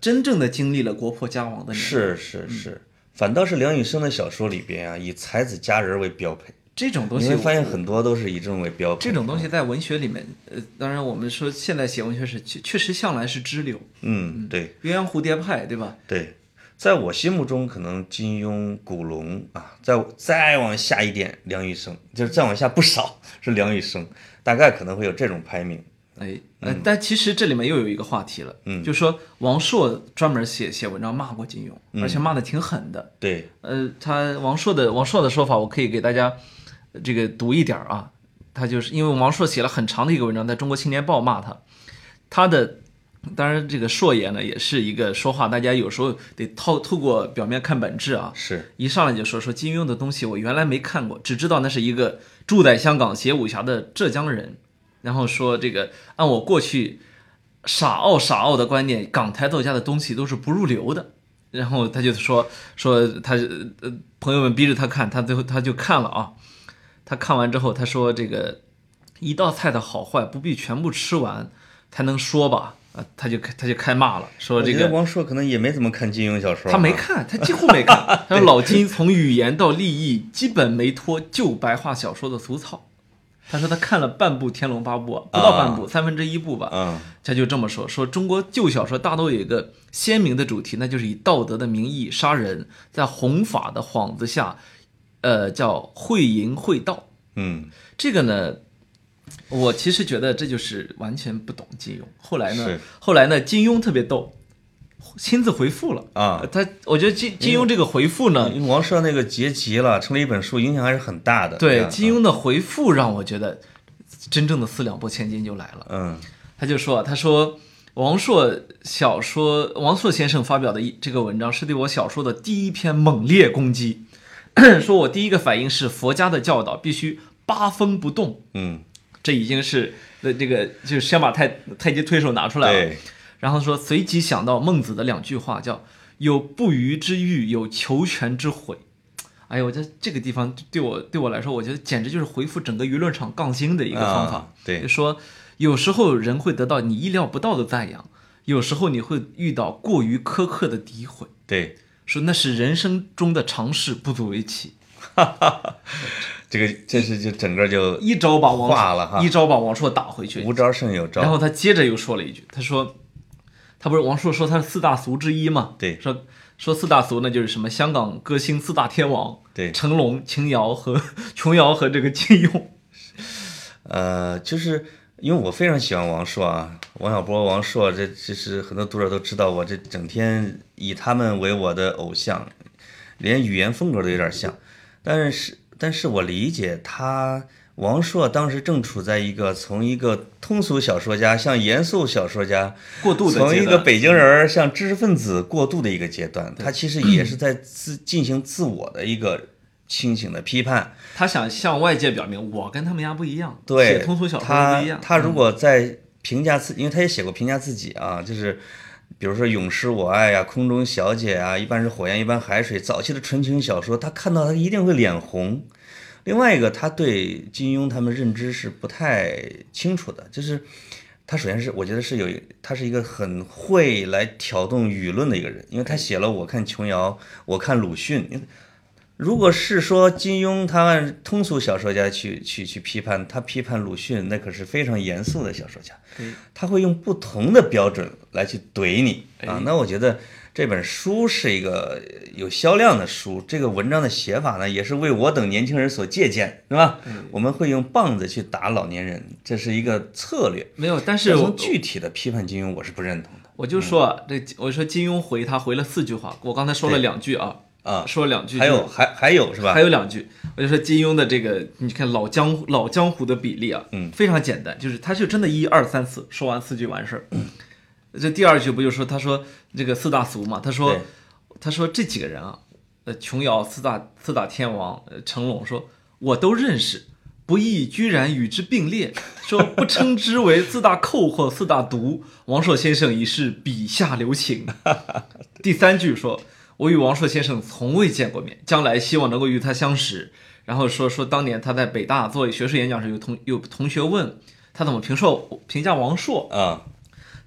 [SPEAKER 4] 真正的经历了国破家亡的年代。
[SPEAKER 3] 是是
[SPEAKER 4] 嗯
[SPEAKER 3] 是，反倒是梁羽生的小说里边啊，以才子佳人为标配，
[SPEAKER 4] 这种东
[SPEAKER 3] 你
[SPEAKER 4] 西
[SPEAKER 3] 会，发现很多都是以这种为标配，
[SPEAKER 4] 这种东西在文学里面，呃，当然我们说现在写文学史确确实向来是支流，
[SPEAKER 3] 嗯，对。
[SPEAKER 4] 鸳鸯蝴蝶派，对吧？
[SPEAKER 3] 对，在我心目中，可能金庸、古龙啊，再再往下一点，梁羽生，就是再往下不少是梁羽生，大概可能会有这种排名。
[SPEAKER 4] 哎，呃，但其实这里面又有一个话题了，嗯，就说王朔专门写写文章骂过金庸，而且骂的挺狠的，
[SPEAKER 3] 对，
[SPEAKER 4] 呃，他王朔的王朔的说法，我可以给大家呃这个读一点儿啊。他就是因为王朔写了很长的一个文章，在《中国青年报》骂他，他的当然，这个硕爷呢，也是一个说话，大家有时候得透透过表面看本质啊。
[SPEAKER 3] 是
[SPEAKER 4] 一上来就说说金庸的东西，我原来没看过，只知道那是一个住在香港写武侠的浙江人。然后说这个按我过去傻傲傻傲的观念，港台作家的东西都是不入流的。然后他就说说他呃朋友们逼着他看，他最后他就看了啊。他看完之后，他说这个一道菜的好坏不必全部吃完才能说吧。啊，他就他就开骂了，说
[SPEAKER 3] 我
[SPEAKER 4] 这
[SPEAKER 3] 觉
[SPEAKER 4] 个
[SPEAKER 3] 得王朔可能也没怎么看金庸小说啊，
[SPEAKER 4] 他没看，他几乎没 看。他说老金从语言到立意基本没脱旧白话小说的俗套。他说他看了半部《天龙八部》，不到半部，三分之一部吧。
[SPEAKER 3] 啊，
[SPEAKER 4] 他就这么说：说中国旧小说大都有一个鲜明的主题，那就是以道德的名义杀人，在弘法的幌子下，呃，叫会淫会道。
[SPEAKER 3] 嗯，
[SPEAKER 4] 这个呢，我其实觉得这就是完全不懂金庸。后来呢
[SPEAKER 3] 是，
[SPEAKER 4] 后来呢，金庸特别逗，亲自回复了
[SPEAKER 3] 啊
[SPEAKER 4] 他我觉得金金庸这个回复呢，
[SPEAKER 3] 因为王朔那个结集了，成了一本书，影响还是很大的。
[SPEAKER 4] 对
[SPEAKER 3] 啊
[SPEAKER 4] 金庸的回复让我觉得真正的四两拨千斤就来了。
[SPEAKER 3] 嗯
[SPEAKER 4] 他就说啊，他说王朔小说，王朔先生发表的一这个文章是对我小说的第一篇猛烈攻击。 说我第一个反应是佛家的教导必须八风不动，
[SPEAKER 3] 嗯，
[SPEAKER 4] 这已经是呃这个就是先把太太极推手拿出来了。
[SPEAKER 3] 对，
[SPEAKER 4] 然后说随即想到孟子的两句话，叫“有不虞之欲，有求全之悔”。哎呦，我觉得这个地方对我对我来说，我觉得简直就是回复整个舆论场杠精的一个方法。
[SPEAKER 3] 啊对
[SPEAKER 4] 就说有时候人会得到你意料不到的赞扬，有时候你会遇到过于苛刻的诋毁，
[SPEAKER 3] 对，
[SPEAKER 4] 说那是人生中的常事，不足为奇。
[SPEAKER 3] 这个真是就整个就
[SPEAKER 4] 一招把王
[SPEAKER 3] 化了哈
[SPEAKER 4] 一招把王朔打回去，
[SPEAKER 3] 无招胜有招。
[SPEAKER 4] 然后他接着又说了一句，他说，他不是王朔说他是四大俗之一嘛？
[SPEAKER 3] 对
[SPEAKER 4] 说说四大俗那就是什么香港歌星四大天王，
[SPEAKER 3] 对
[SPEAKER 4] 成龙、秦瑶和 琼瑶和这个金庸。
[SPEAKER 3] 呃，就是因为我非常喜欢王朔啊，王小波、王朔，这这是很多读者都知道，我这整天以他们为我的偶像，连语言风格都有点像。但是，但是我理解他，王朔当时正处在一个从一个通俗小说家向严肃小说家
[SPEAKER 4] 过渡的
[SPEAKER 3] 从
[SPEAKER 4] 阶
[SPEAKER 3] 一个
[SPEAKER 4] 段
[SPEAKER 3] 北京人儿向知识分子过渡的一个阶段，
[SPEAKER 4] 嗯
[SPEAKER 3] 他其实也是在自进行自我的一个清醒的批判。
[SPEAKER 4] 他想向外界表明我跟他们家不一样，
[SPEAKER 3] 对，
[SPEAKER 4] 写通俗小说
[SPEAKER 3] 他
[SPEAKER 4] 不一样。嗯
[SPEAKER 3] 他如果在评价自，因为他也写过评价自己啊，就是比如说《永失我爱》呀，《空中小姐》啊，一般是火焰，一般海水，早期的纯情小说，他看到他一定会脸红。另外一个，他对金庸他们认知是不太清楚的，就是他首先是我觉得是有一，他是一个很会来挑动舆论的一个人，因为他写了我看琼瑶，我看鲁迅。如果是说金庸他按通俗小说家去去去批判，他批判鲁迅那可是非常严肃的小说家，他会用不同的标准来去怼你
[SPEAKER 4] 哎
[SPEAKER 3] 啊。那我觉得这本书是一个呃有销量的书，这个文章的写法呢，也是为我等年轻人所借鉴，是吧？
[SPEAKER 4] 嗯
[SPEAKER 3] 我们会用棒子去打老年人，这是一个策略。
[SPEAKER 4] 没有，但是
[SPEAKER 3] 从
[SPEAKER 4] 我
[SPEAKER 3] 具体的批判金庸，我是不认同的
[SPEAKER 4] 我就说啊，这我说金庸回他回了四句话，我刚才说了
[SPEAKER 3] 对
[SPEAKER 4] 两句啊，
[SPEAKER 3] 啊。
[SPEAKER 4] 说了两句，
[SPEAKER 3] 还有还还有是吧？
[SPEAKER 4] 还有两句，我就说金庸的这个，你看老江湖老江湖的比例啊，嗯，非常简单，就是他就真的一二三四说完四句完事儿。这第二句不就说他说这个四大俗嘛？他说
[SPEAKER 3] 对
[SPEAKER 4] 他说这几个人啊，呃，琼瑶、四大四大天王、呃、成龙说我都认识，不易居然与之并列，说不称之为四大寇或四大毒。王朔先生已是笔下留情。 第三句说，我与王朔先生从未见过面，将来希望能够与他相识。然后说说当年他在北大做学术演讲时，有同有同学问他怎么评说评价王朔，
[SPEAKER 3] 啊，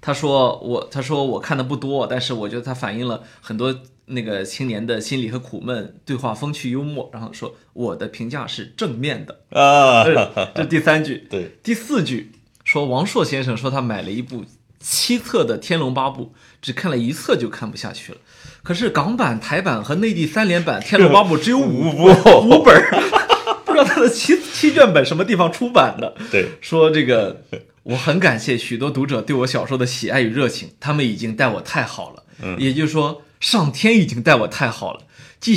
[SPEAKER 4] 他说我他说我看的不多，但是我觉得他反映了很多那个青年的心理和苦闷，对话风趣幽默。然后说我的评价是正面的，
[SPEAKER 3] 啊，
[SPEAKER 4] 这这第三句。
[SPEAKER 3] 对，
[SPEAKER 4] 第四句说王朔先生说他买了一部七册的《天龙八部》，只看了一册就看不下去了。可是港版、台版和内地三连版《天龙八部》只有 五部五本儿， 不知道他的七七卷本什么地方出版的。
[SPEAKER 3] 对，
[SPEAKER 4] 说这个，我很感谢许多读者对我小说的喜爱与热情，他们已经待我太好了。嗯，也就是说，上天已经待我太好了，既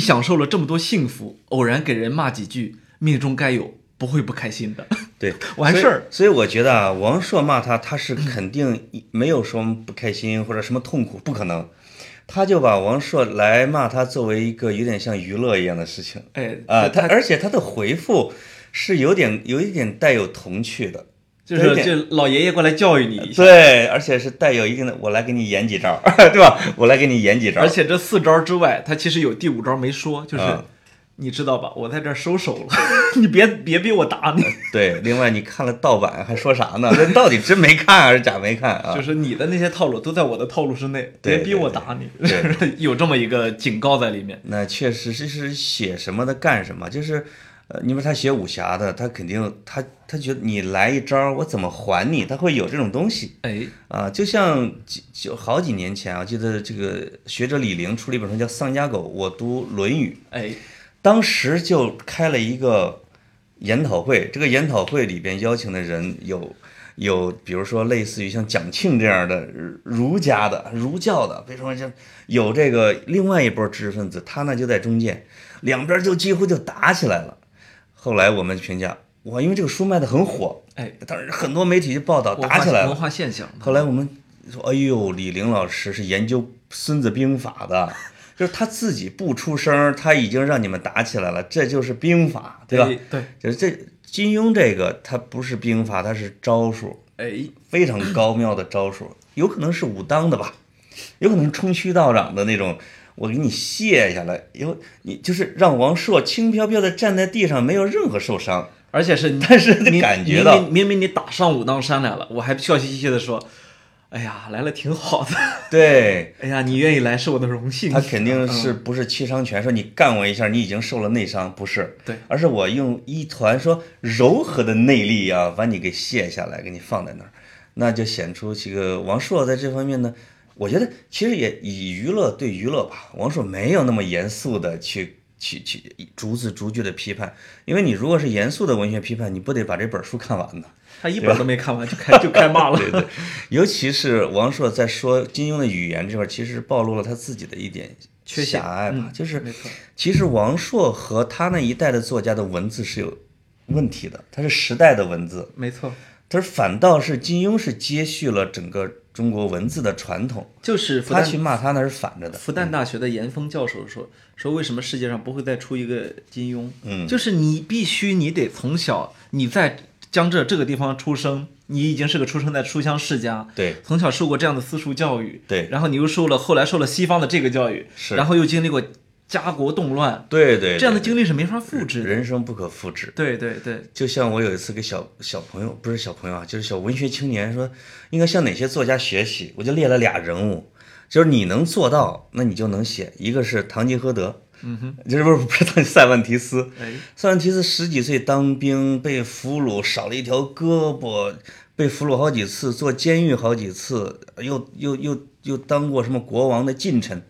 [SPEAKER 4] 享受了这么多幸福，偶然给人骂几句，命中该有，不会不开心的。
[SPEAKER 3] 对，
[SPEAKER 4] 完事儿
[SPEAKER 3] 所以。所以我觉得啊，王朔骂他，他 是肯定一没有什么不开心或者什么痛苦，不可能。他就把王朔来骂他作为一个有点像娱乐一样的事情，
[SPEAKER 4] 哎
[SPEAKER 3] 啊，他
[SPEAKER 4] 他
[SPEAKER 3] 而且他的回复是有点有一点带有童趣的，
[SPEAKER 4] 就
[SPEAKER 3] 有
[SPEAKER 4] 是
[SPEAKER 3] 点
[SPEAKER 4] 就老爷爷过来教育你一下，
[SPEAKER 3] 对，而且是带有一定的，我来给你演几招， 对吧？我来给你演几招，
[SPEAKER 4] 而且这四招之外，他其实有第五招没说，就是、
[SPEAKER 3] 啊
[SPEAKER 4] 你知道吧，我在这儿收手了， 你别别逼我打你，
[SPEAKER 3] 对，另外你看了盗版还说啥呢？这到底真没看还是假没看啊？
[SPEAKER 4] 就是你的那些套路都在我的套路之内，
[SPEAKER 3] 对
[SPEAKER 4] 别逼我打你，
[SPEAKER 3] 对对
[SPEAKER 4] 有这么一个警告在里面。
[SPEAKER 3] 那确实是是写什么的干什么，就是，呃，你说他写武侠的，他肯定他他觉得你来一招，我怎么还你？他会有这种东西
[SPEAKER 4] 哎，
[SPEAKER 3] 啊，就像几就好几年前啊，记得这个学者李玲出了一本书叫《丧家狗》，我读《论语》，
[SPEAKER 4] 哎，
[SPEAKER 3] 当时就开了一个研讨会，这个研讨会里边邀请的人有有，比如说类似于像蒋庆这样的儒家的、儒教的，比如说像有这个另外一波知识分子，他呢就在中间，两边就几乎就打起来了。后来我们评价，哇，因为这个书卖的很火，
[SPEAKER 4] 哎，
[SPEAKER 3] 当时很多媒体就报道打起来
[SPEAKER 4] 文
[SPEAKER 3] 了。
[SPEAKER 4] 化现象。
[SPEAKER 3] 后来我们说，哎呦，李玲老师是研究《孙子兵法》的，就是他自己不出声，他已经让你们打起来了，这就是兵法，对吧？
[SPEAKER 4] 哎对，
[SPEAKER 3] 就是这金庸这个，他不是兵法，他是招数，
[SPEAKER 4] 哎，
[SPEAKER 3] 非常高妙的招数，有可能是武当的吧，有可能是冲虚道长的那种。我给你卸下来，有你就是让王朔轻飘飘的站在地上，没有任何受伤。
[SPEAKER 4] 而且是你，
[SPEAKER 3] 但是
[SPEAKER 4] 你
[SPEAKER 3] 感觉
[SPEAKER 4] 明
[SPEAKER 3] 到
[SPEAKER 4] 明明明你打上武当山来了，我还笑嘻嘻的说，哎呀，来了挺好的，
[SPEAKER 3] 对，
[SPEAKER 4] 哎呀，你愿意来是我的荣幸。嗯
[SPEAKER 3] 他肯定是不是七伤拳？说你干我一下，你已经受了内伤，不是？
[SPEAKER 4] 对
[SPEAKER 3] 而是我用一团说柔和的内力啊，把你给卸下来，给你放在那儿，那就显出这个王朔在这方面呢，我觉得其实也以娱乐对娱乐吧，王朔没有那么严肃的去。去去逐字逐句的批判，因为你如果是严肃的文学批判，你不得把这本书看完呢？
[SPEAKER 4] 他一本都没看完就开就开骂了。
[SPEAKER 3] 对对，尤其是王朔在说金庸的语言这块儿，其实暴露了他自己的一点
[SPEAKER 4] 缺陷嗯
[SPEAKER 3] 狭隘吧，就是
[SPEAKER 4] 没错
[SPEAKER 3] 其实王朔和他那一代的作家的文字是有问题的，它是时代的文字，
[SPEAKER 4] 没错，
[SPEAKER 3] 但是反倒是金庸是接续了整个中国文字的传统，
[SPEAKER 4] 就是复
[SPEAKER 3] 他
[SPEAKER 4] 旦
[SPEAKER 3] 去骂他那是反着的。
[SPEAKER 4] 复旦大学的严峰教授说说为什么世界上不会再出一个金庸？嗯，就是你必须你得从小你在江浙这个地方出生，你已经是个出生在书香世家，
[SPEAKER 3] 对
[SPEAKER 4] 从小受过这样的私塾教育，
[SPEAKER 3] 对
[SPEAKER 4] 然后你又受了后来受了西方的这个教育，
[SPEAKER 3] 是
[SPEAKER 4] 然后又经历过家国动乱，
[SPEAKER 3] 对对，
[SPEAKER 4] 这样的
[SPEAKER 3] 对
[SPEAKER 4] 经历是没法复制的。
[SPEAKER 3] 人生不可复制。
[SPEAKER 4] 对对对，
[SPEAKER 3] 就像我有一次给小小朋友，不是小朋友啊，就是小文学青年说，应该向哪些作家学习，我就列了俩人物，就是你能做到，那你就能写。一个是堂吉诃德，嗯哼，就是不是不是堂塞万提斯，
[SPEAKER 4] 哎，
[SPEAKER 3] 塞万提斯十几岁当兵，被俘虏，少了一条胳膊，被俘虏好几次，坐监狱好几次，又又又又当过什么国王的近臣，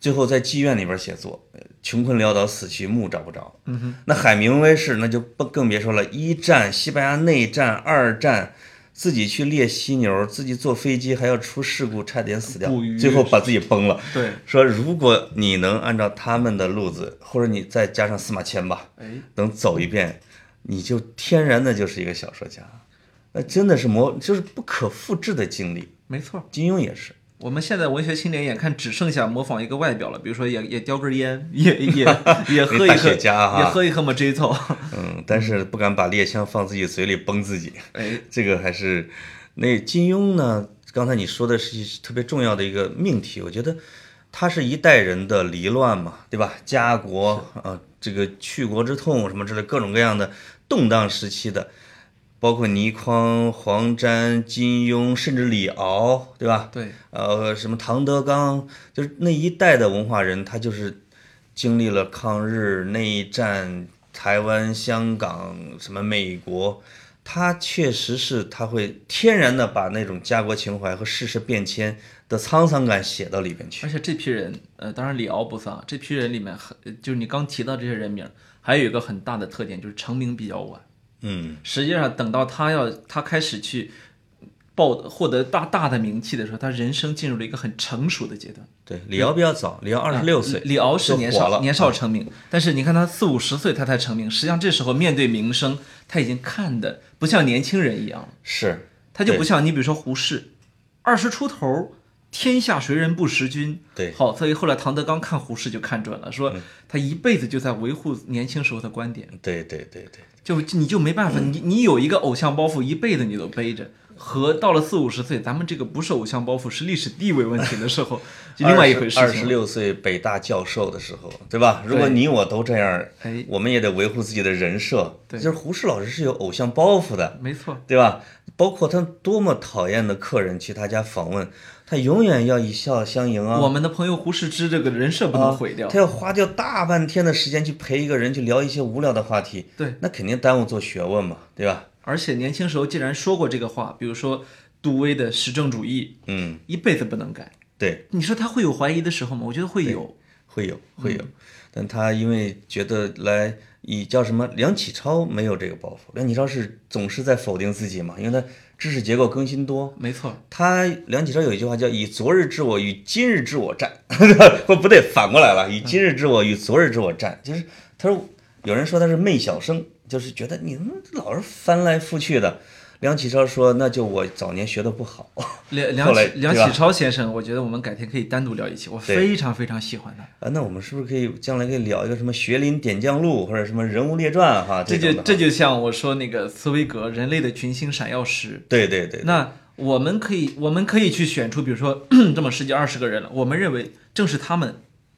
[SPEAKER 3] 最后在妓院里边写作，呃穷困潦倒，死去，墓找不着。嗯哼，那海明威是那就不更别说了，一战、西班牙内战、二战。自己去猎犀牛，自己坐飞机还要出事故，差点死掉
[SPEAKER 4] 捕鱼，
[SPEAKER 3] 最后把自己崩了。
[SPEAKER 4] 对，
[SPEAKER 3] 说如果你能按照他们的路子，或者你再加上司马迁吧，
[SPEAKER 4] 哎，
[SPEAKER 3] 能走一遍，你就天然的就是一个小说家。那真的是模，就是不可复制的经历。
[SPEAKER 4] 没错。
[SPEAKER 3] 金庸也是，
[SPEAKER 4] 我们现在文学青年眼看只剩下模仿一个外表了，比如说也也叼根烟，也也 也喝一
[SPEAKER 3] 大
[SPEAKER 4] 喝，
[SPEAKER 3] 雪茄哈
[SPEAKER 4] 也喝一喝 Mojito，
[SPEAKER 3] 嗯，但是不敢把猎枪放自己嘴里崩自己。
[SPEAKER 4] 哎，
[SPEAKER 3] 这个还是那金庸呢？刚才你说的是特别重要的一个命题，我觉得他是一代人的离乱嘛，对吧？家国啊、呃这个去国之痛什么之类各种各样的动荡时期的，包括倪匡、黄沾、金庸，甚至李敖，对吧？
[SPEAKER 4] 对，
[SPEAKER 3] 呃，什么唐德刚，就是那一代的文化人，他就是经历了抗日内战、台湾、香港，什么美国，他确实是他会天然的把那种家国情怀和世事变迁的沧桑感写到里边去。
[SPEAKER 4] 而且这批人，呃，当然李敖不算啊，这批人里面很，就是你刚提到这些人名儿，还有一个很大的特点就是成名比较晚。
[SPEAKER 3] 嗯，
[SPEAKER 4] 实际上，等到他要他开始去报获得大大的名气的时候，他人生进入了一个很成熟的阶段。
[SPEAKER 3] 对，李敖比较早，李敖二十六岁，
[SPEAKER 4] 啊李敖是
[SPEAKER 3] 就
[SPEAKER 4] 年
[SPEAKER 3] 火
[SPEAKER 4] 少
[SPEAKER 3] 了嗯
[SPEAKER 4] 年少成名，但是你看他四五十岁他才成名，实际上这时候面对名声，他已经看的不像年轻人一样了，
[SPEAKER 3] 是，
[SPEAKER 4] 他就
[SPEAKER 3] 对
[SPEAKER 4] 不像你比如说胡适，二十出头。天下谁人不识君？
[SPEAKER 3] 对嗯
[SPEAKER 4] 好，所以后来唐德刚看胡适就看准了，说他一辈子就在维护年轻时候的观点，
[SPEAKER 3] 对对对对，
[SPEAKER 4] 就你就没办法，你你有一个偶像包袱，一辈子你都背着。和到了四五十岁，咱们这个不是偶像包袱，是历史地位问题的 时候，就另外一回事情。
[SPEAKER 3] 二十，六岁北大教授的时候，对吧？如果
[SPEAKER 4] 对
[SPEAKER 3] 你我都这样，
[SPEAKER 4] 哎
[SPEAKER 3] 我们也得维护自己的人设。
[SPEAKER 4] 对
[SPEAKER 3] 就是胡适老师是有偶像包袱的，
[SPEAKER 4] 没错，
[SPEAKER 3] 对吧？包括他多么讨厌的客人去他家访问，他永远要以笑相迎啊。
[SPEAKER 4] 我们的朋友胡适之这个人设不能毁掉。
[SPEAKER 3] 啊他要花掉大半天的时间去陪一个人去聊一些无聊的话题，
[SPEAKER 4] 对，
[SPEAKER 3] 那肯定耽误做学问嘛，对吧？
[SPEAKER 4] 而且年轻时候既然说过这个话，比如说杜威的实证主义，
[SPEAKER 3] 嗯，
[SPEAKER 4] 一辈子不能改。
[SPEAKER 3] 对，
[SPEAKER 4] 你说他会有怀疑的时候吗？我觉得会有。
[SPEAKER 3] 会有会
[SPEAKER 4] 嗯
[SPEAKER 3] 有，但他因为觉得来以叫什么梁启超没有这个包袱，梁启超是总是在否定自己嘛，因为他知识结构更新多。
[SPEAKER 4] 没错，
[SPEAKER 3] 他梁启超有一句话叫“以昨日之我与今日之我战”， 不不对，反过来了，“以今日之我与昨日之我战”，就是他说有人说他是媚小生，就是觉得你们老是翻来覆去的。梁启超说：“那就我早年学的不好。
[SPEAKER 4] 梁
[SPEAKER 3] 后
[SPEAKER 4] 梁
[SPEAKER 3] 来
[SPEAKER 4] 启梁
[SPEAKER 3] 对吧
[SPEAKER 4] 启超先生，我觉得我们改天可以单独聊一期，我
[SPEAKER 3] 对
[SPEAKER 4] 非常非常喜欢他。”
[SPEAKER 3] 啊，那我们是不是可以将来可以聊一个什么《学林点将录》或者什么《人物列传》哈？
[SPEAKER 4] 这
[SPEAKER 3] 种
[SPEAKER 4] 就
[SPEAKER 3] 的
[SPEAKER 4] 这就像我说那个茨威格《人类的群星闪耀时
[SPEAKER 3] 对对对》，，
[SPEAKER 4] 那我们可以我们可以去选出，比如说 这么十几二十个人了，我们认为正是他们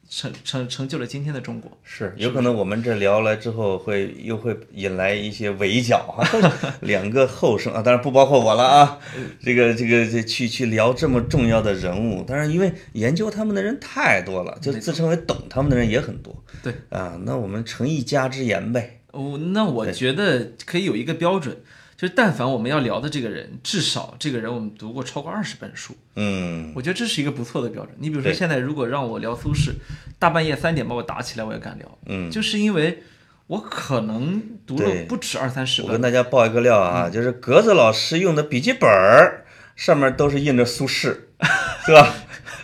[SPEAKER 4] 成成成就了今天的中国。
[SPEAKER 3] 是有可能我们这聊了之后会又会引来一些围剿 哈，两个后生啊，当然不包括我了啊。这个这个这去去聊这么重要的人物，当然因为研究他们的人太多了，就自称为懂他们的人也很多
[SPEAKER 4] 对，
[SPEAKER 3] 啊。那我们成一家之言呗，
[SPEAKER 4] 哦，那我觉得可以有一个标准，就是但凡我们要聊的这个人，至少这个人我们读过超过二十本书，
[SPEAKER 3] 嗯，
[SPEAKER 4] 我觉得这是一个不错的标准。你比如说
[SPEAKER 3] 对
[SPEAKER 4] 现在如果让我聊苏轼，大半夜三点把我打起来，我也敢聊，嗯，就是因为我可能读
[SPEAKER 3] 对
[SPEAKER 4] 了不止二三十
[SPEAKER 3] 我
[SPEAKER 4] 本
[SPEAKER 3] 跟。大家爆一个料啊，就是格子老师用的笔记本儿上面都是印着苏 轼，是吧？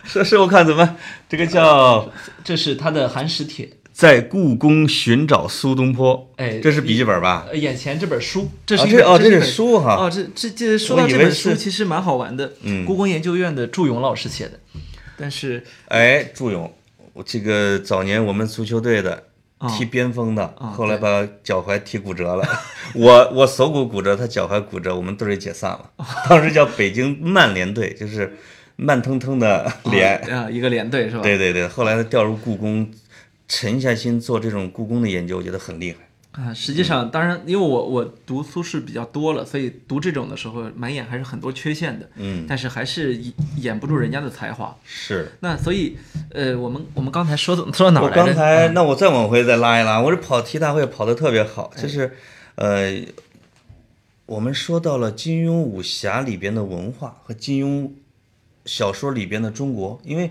[SPEAKER 3] 是是，我看怎么这个叫
[SPEAKER 4] 这是他的《寒食帖》，
[SPEAKER 3] 在故宫寻找苏东坡，
[SPEAKER 4] 哎
[SPEAKER 3] 这是笔记本吧？
[SPEAKER 4] 呃，眼前这本书，这是
[SPEAKER 3] 啊
[SPEAKER 4] 一
[SPEAKER 3] 这
[SPEAKER 4] 本、
[SPEAKER 3] 哦
[SPEAKER 4] 是
[SPEAKER 3] 这
[SPEAKER 4] 一
[SPEAKER 3] 是
[SPEAKER 4] 本
[SPEAKER 3] 书哈
[SPEAKER 4] 哦，这这这说
[SPEAKER 3] 我
[SPEAKER 4] 到
[SPEAKER 3] 以
[SPEAKER 4] 这
[SPEAKER 3] 为
[SPEAKER 4] 本书
[SPEAKER 3] 是
[SPEAKER 4] 其实蛮好玩的，
[SPEAKER 3] 嗯
[SPEAKER 4] 故宫研究院的祝勇老师写的，但是
[SPEAKER 3] 哎，祝勇，我这个早年我们足球队的。
[SPEAKER 4] 啊
[SPEAKER 3] 踢边锋的，
[SPEAKER 4] 啊
[SPEAKER 3] 后来把脚踝踢骨折了。 我我锁骨骨折，他脚踝骨折，我们队儿也解散 了。当时叫北京曼联队，就是慢腾腾的脸。
[SPEAKER 4] 啊、啊一个连队是吧？
[SPEAKER 3] 对对对，后来他调入故宫，沉下心做这种故宫的研究，我觉得很厉害。
[SPEAKER 4] 啊，实
[SPEAKER 3] 嗯
[SPEAKER 4] 际上，当然，因为我我读苏轼比较多了，所以读这种的时候，满眼还是很多缺陷的，
[SPEAKER 3] 嗯
[SPEAKER 4] 但是还是掩掩不住人家的才华。
[SPEAKER 3] 是
[SPEAKER 4] 那所以，呃，我们我们刚才说的嗯说到哪儿
[SPEAKER 3] 我
[SPEAKER 4] 来着？
[SPEAKER 3] 刚才，那我再往回再拉一拉，我这跑题大会跑得特别好，
[SPEAKER 4] 哎
[SPEAKER 3] 就是，呃，我们说到了金庸武侠里边的文化和金庸小说里边的中国，因为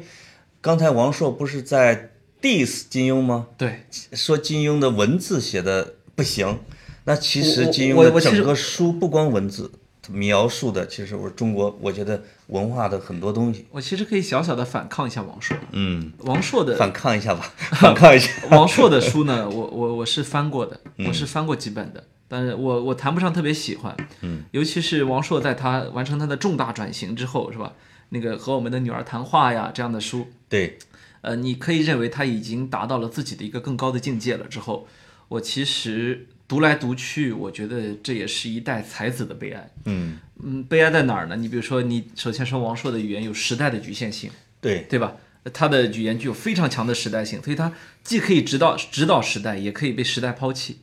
[SPEAKER 3] 刚才王朔不是在 diss 金庸吗？
[SPEAKER 4] 对，
[SPEAKER 3] 说金庸的文字写的不行，那其实
[SPEAKER 4] 我
[SPEAKER 3] 金
[SPEAKER 4] 我
[SPEAKER 3] 庸的
[SPEAKER 4] 我其实
[SPEAKER 3] 整个书不光文字。描述的其实我中国，我觉得文化的很多东西，
[SPEAKER 4] 我其实可以小小的反抗一下王朔，
[SPEAKER 3] 嗯，
[SPEAKER 4] 王朔的
[SPEAKER 3] 反抗一下吧，反抗一下。
[SPEAKER 4] 王朔的书呢，我我我是翻过的，
[SPEAKER 3] 嗯
[SPEAKER 4] 我是翻过几本的，但是我我谈不上特别喜欢，嗯，尤其是王朔在他完成他的重大转型之后，是吧？那个和我们的女儿谈话呀这样的书，
[SPEAKER 3] 对，
[SPEAKER 4] 呃，你可以认为他已经达到了自己的一个更高的境界了。之后，我其实读来读去，我觉得这也是一代才子的悲哀。
[SPEAKER 3] 嗯，
[SPEAKER 4] 嗯，悲哀在哪儿呢？你比如说，你首先说王朔的语言有时代的局限性，
[SPEAKER 3] 对，
[SPEAKER 4] 对吧？呃他的语言具有非常强的时代性，所以他既可以指导指导时代，也可以被时代抛弃，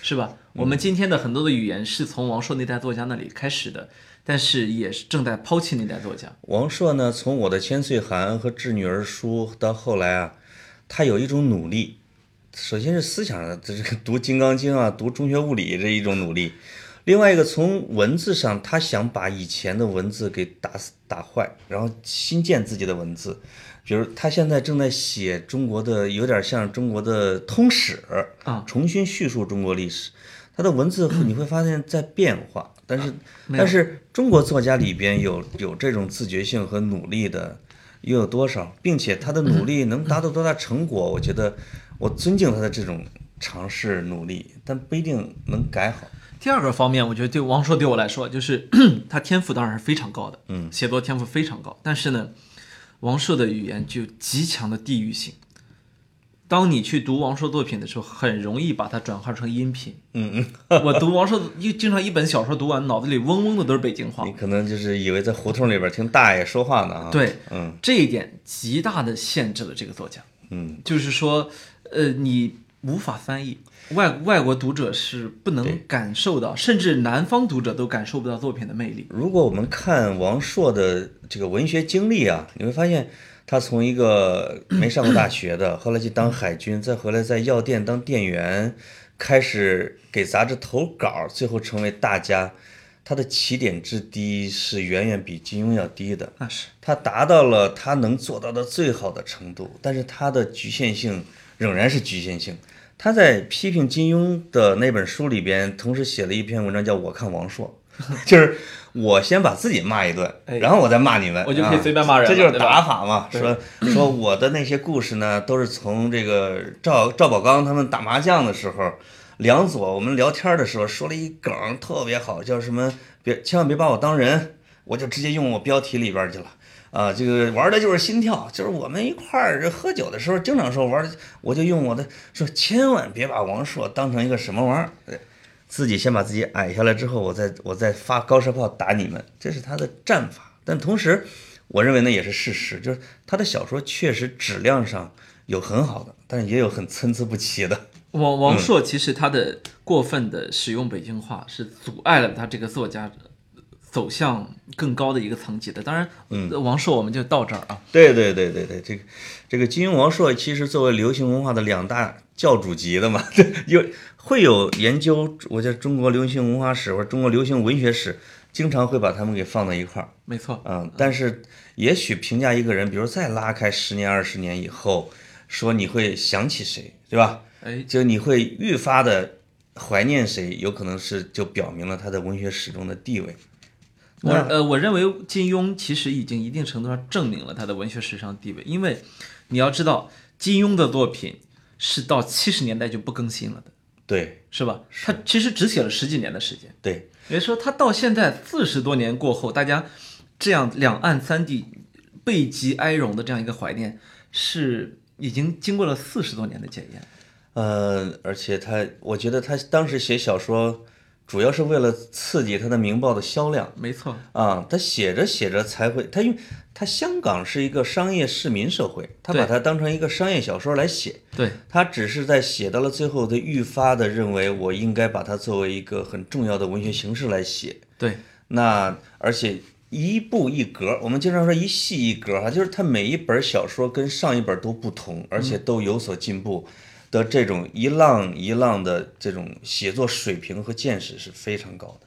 [SPEAKER 4] 是吧？我们今天的很多的语言是从王朔那代作家那里开始的，但是也是正在抛弃那代作家。
[SPEAKER 3] 王朔呢，从《我的千岁寒》和《致女儿书》到后来啊，他有一种努力，首先是思想上的，这个读《金刚经》啊，读中学物理这一种努力；另外一个从文字上，他想把以前的文字给打死打坏，然后新建自己的文字。比如他现在正在写中国的，有点像中国的通史
[SPEAKER 4] 啊
[SPEAKER 3] 重新叙述中国历史。他它的文字会你会发现在变化，但是
[SPEAKER 4] 嗯啊没有
[SPEAKER 3] 但是中国作家里边有有这种自觉性和努力的又有多少，并且他的努力能达到多大成果，我觉得我尊敬他的这种尝试努力，但不一定能改好。
[SPEAKER 4] 第二个方面，我觉得对王朔对我来说，就是 他天赋当然是非常高的，嗯，写作天赋非常高，但是呢，王朔的语言具有极强的地域性。当你去读王朔作品的时候，很容易把它转化成音频。
[SPEAKER 3] 嗯
[SPEAKER 4] 嗯， 我读王朔一经常一本小说读完，脑子里嗡嗡的都是北京话
[SPEAKER 3] 你。可能就是以为在胡同里边听大爷说话呢啊。
[SPEAKER 4] 对，
[SPEAKER 3] 嗯
[SPEAKER 4] 这一点极大的限制了这个作家。
[SPEAKER 3] 嗯，
[SPEAKER 4] 就是说，呃，你无法翻译，外外国读者是不能感受到，甚至南方读者都感受不到作品的魅力。
[SPEAKER 3] 如果我们看王朔的这个文学经历啊，你会发现他从一个没上过大学的， 后来去当海军，再回来在药店当店员，开始给杂志投稿，最后成为大家。他的起点之低是远远比金庸要低的，
[SPEAKER 4] 那是
[SPEAKER 3] 他达到了他能做到的最好的程度，但是他的局限性仍然是局限性。他在批评金庸的那本书里边，同时写了一篇文章叫《我看王朔》，就是我先把自己骂一顿，
[SPEAKER 4] 哎
[SPEAKER 3] 然后我再骂你们，
[SPEAKER 4] 我就可以
[SPEAKER 3] 啊
[SPEAKER 4] 随便骂人
[SPEAKER 3] 这
[SPEAKER 4] 了
[SPEAKER 3] 就是
[SPEAKER 4] 对吧
[SPEAKER 3] 打法嘛。说说我的那些故事呢，都是从这个赵赵宝刚他们打麻将的时候。梁左，我们聊天的时候说了一梗，特别好，叫什么？别千万别把我当人，我就直接用我标题里边儿去了。啊，这个玩的就是心跳，就是我们一块儿喝酒的时候，经常说玩的，我就用我的说，千万别把王朔当成一个什么玩意儿，对自己先把自己矮下来之后，我再我再发高射炮打你们，这是他的战法。但同时，我认为那也是事实，就是他的小说确实质量上有很好的，但是也有很参差不齐的。
[SPEAKER 4] 王王朔其实他的过分的使用北京话是阻碍了他这个作家走向更高的一个层级的。当然，嗯，王朔我们就到这儿啊。
[SPEAKER 3] 对对对对对，这个这个金庸王朔其实作为流行文化的两大教主级的嘛， 这有会有研究，我叫中国流行文化史或者中国流行文学史，经常会把他们给放在一块儿。
[SPEAKER 4] 没错，
[SPEAKER 3] 嗯，但是也许评价一个人，比如再拉开十年二十年以后，说你会想起谁，对吧？
[SPEAKER 4] 哎，
[SPEAKER 3] 就你会愈发的怀念谁，有可能是就表明了他在文学史中的地位。
[SPEAKER 4] 我呃，我认为金庸其实已经一定程度上证明了他的文学史上地位，因为你要知道，金庸的作品是到七十年代就不更新了的，
[SPEAKER 3] 对
[SPEAKER 4] 是吧？他其实只写了十几年的时间。
[SPEAKER 3] 对，
[SPEAKER 4] 也就是说，他到现在四十多年过后，大家这样两岸三地背极哀荣的这样一个怀念，是已经经过了四十多年的检验。
[SPEAKER 3] 呃，而且他，我觉得他当时写小说，主要是为了刺激他的《明报》的销量
[SPEAKER 4] 没错，
[SPEAKER 3] 啊。他写着写着才会，他因为他香港是一个商业市民社会，他把
[SPEAKER 4] 对
[SPEAKER 3] 它当成一个商业小说来写。
[SPEAKER 4] 对，
[SPEAKER 3] 他只是在写到了最后，他愈发的认为我应该把它作为一个很重要的文学形式来写。
[SPEAKER 4] 对，
[SPEAKER 3] 那而且一步一格，我们经常说一戏一格哈，就是它每一本小说跟上一本都不同，而且都有所进步的这种一浪一浪的这种写作水平和见识是非常高的，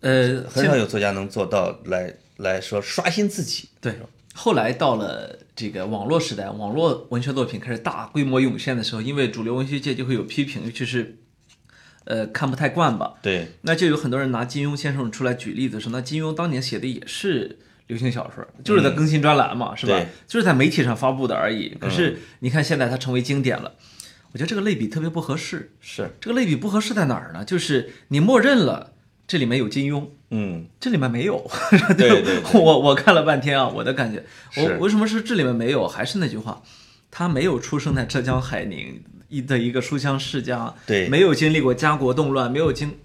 [SPEAKER 4] 呃，
[SPEAKER 3] 很少有作家能做到来来说刷新自己。
[SPEAKER 4] 对，后来到了这个网络时代，网络文学作品开始大规模涌现的时候，因为主流文学界就会有批评，就是呃看不太惯吧。
[SPEAKER 3] 对，
[SPEAKER 4] 那就有很多人拿金庸先生出来举例子，说那金庸当年写的也是流行小说，就是在更新专栏嘛，是吧
[SPEAKER 3] 对？
[SPEAKER 4] 就是在媒体上发布的而已。可是你看现在它成为经典了，我觉得这个类比特别不合适。
[SPEAKER 3] 是，
[SPEAKER 4] 这个类比不合适在哪儿呢？就是你默认了这里面有金庸，
[SPEAKER 3] 嗯，
[SPEAKER 4] 这里面没有。
[SPEAKER 3] 对对对
[SPEAKER 4] 我我看了半天啊，我的感觉，
[SPEAKER 3] 是
[SPEAKER 4] 我为什么是这里面没有？还是那句话，他没有出生在浙江海宁一的一个书香世家，
[SPEAKER 3] 对
[SPEAKER 4] 没有经历过家国动乱，没有经。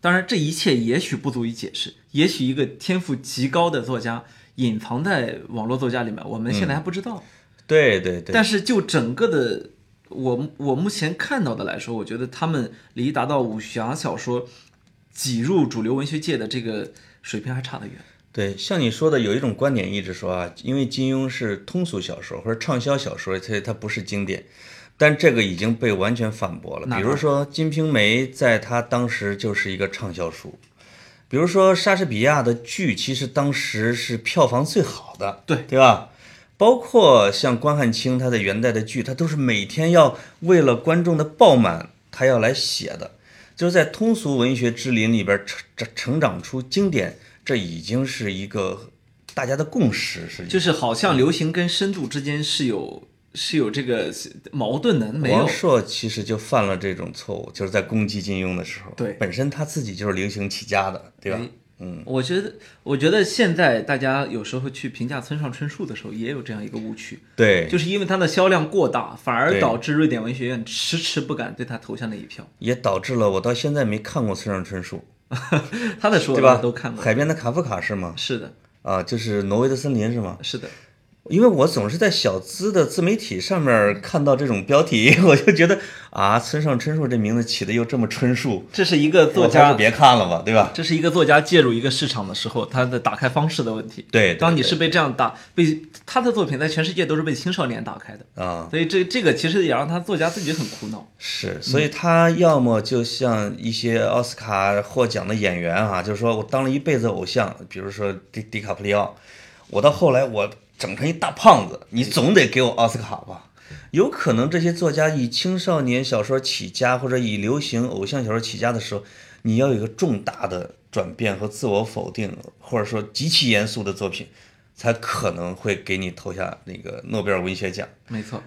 [SPEAKER 4] 当然，这一切也许不足以解释，也许一个天赋极高的作家隐藏在网络作家里面，我们现
[SPEAKER 3] 嗯
[SPEAKER 4] 在还不知道。
[SPEAKER 3] 对对对，
[SPEAKER 4] 但是就整个的我我目前看到的来说，我觉得他们离达到武侠小说挤入主流文学界的这个水平还差得远。
[SPEAKER 3] 对，像你说的，有一种观点一直说啊，因为金庸是通俗小说或者畅销小说，所以它不是经典。但这个已经被完全反驳了。
[SPEAKER 4] 哪
[SPEAKER 3] 比
[SPEAKER 4] 个
[SPEAKER 3] 如说《金瓶梅》，在它当时就是一个畅销书；比如说莎士比亚的剧，其实当时是票房最好的，
[SPEAKER 4] 对
[SPEAKER 3] 对吧？包括像关汉卿他的元代的剧，他都是每天要为了观众的爆满，他要来写的。就是在通俗文学之林里边儿成成成长出经典，这已经是一个大家的共识，是
[SPEAKER 4] 就是好像流行跟深度之间是有是有这个矛盾的，没有
[SPEAKER 3] 王朔其实就犯了这种错误，就是在攻击金庸的时候，
[SPEAKER 4] 对哎
[SPEAKER 3] 本身他自己就是流行起家的，对吧？嗯，
[SPEAKER 4] 我觉得，我觉得现在大家有时候去评价村上春树的时候，也有这样一个误区，
[SPEAKER 3] 对，
[SPEAKER 4] 就是因为它的销量过大，反而
[SPEAKER 3] 对
[SPEAKER 4] 导致瑞典文学院迟迟不敢对他投下那一票。
[SPEAKER 3] 也导致了我到现在没看过村上春树，
[SPEAKER 4] 他的书
[SPEAKER 3] 对
[SPEAKER 4] 我
[SPEAKER 3] 吧？
[SPEAKER 4] 都看过，
[SPEAKER 3] 海边的卡夫卡是吗？
[SPEAKER 4] 是的，
[SPEAKER 3] 啊，就是挪威的森林是吗？
[SPEAKER 4] 是的，
[SPEAKER 3] 因为我总是在小资的自媒体上面看到这种标题， 我就觉得啊，村上春树这名字起的又这么春树，
[SPEAKER 4] 这是一个作
[SPEAKER 3] 我还
[SPEAKER 4] 家
[SPEAKER 3] 是，别看了吧，对吧？
[SPEAKER 4] 这是一个作家介入一个市场的时候，他的打开方式的问题。
[SPEAKER 3] 对对
[SPEAKER 4] 当你
[SPEAKER 3] 对
[SPEAKER 4] 是被这样打，被他的作品在全世界都是被青少年打开的，
[SPEAKER 3] 啊，
[SPEAKER 4] 所以这这个其实也让他作家自己很苦恼。
[SPEAKER 3] 是，所以他要么就像一些奥斯卡获奖的演员啊，就是说我当了一辈子偶像，比如说迪迪卡普里奥，我到后来我整成一大胖子，你总得给我奥斯卡吧。有可能这些作家以青少年小说起家，或者以流行偶像小说起家的时候，你要有一个重大的转变和自我否定，或者说极其严肃的作品，才可能会给你投下那个诺贝尔文学奖。
[SPEAKER 4] 没错，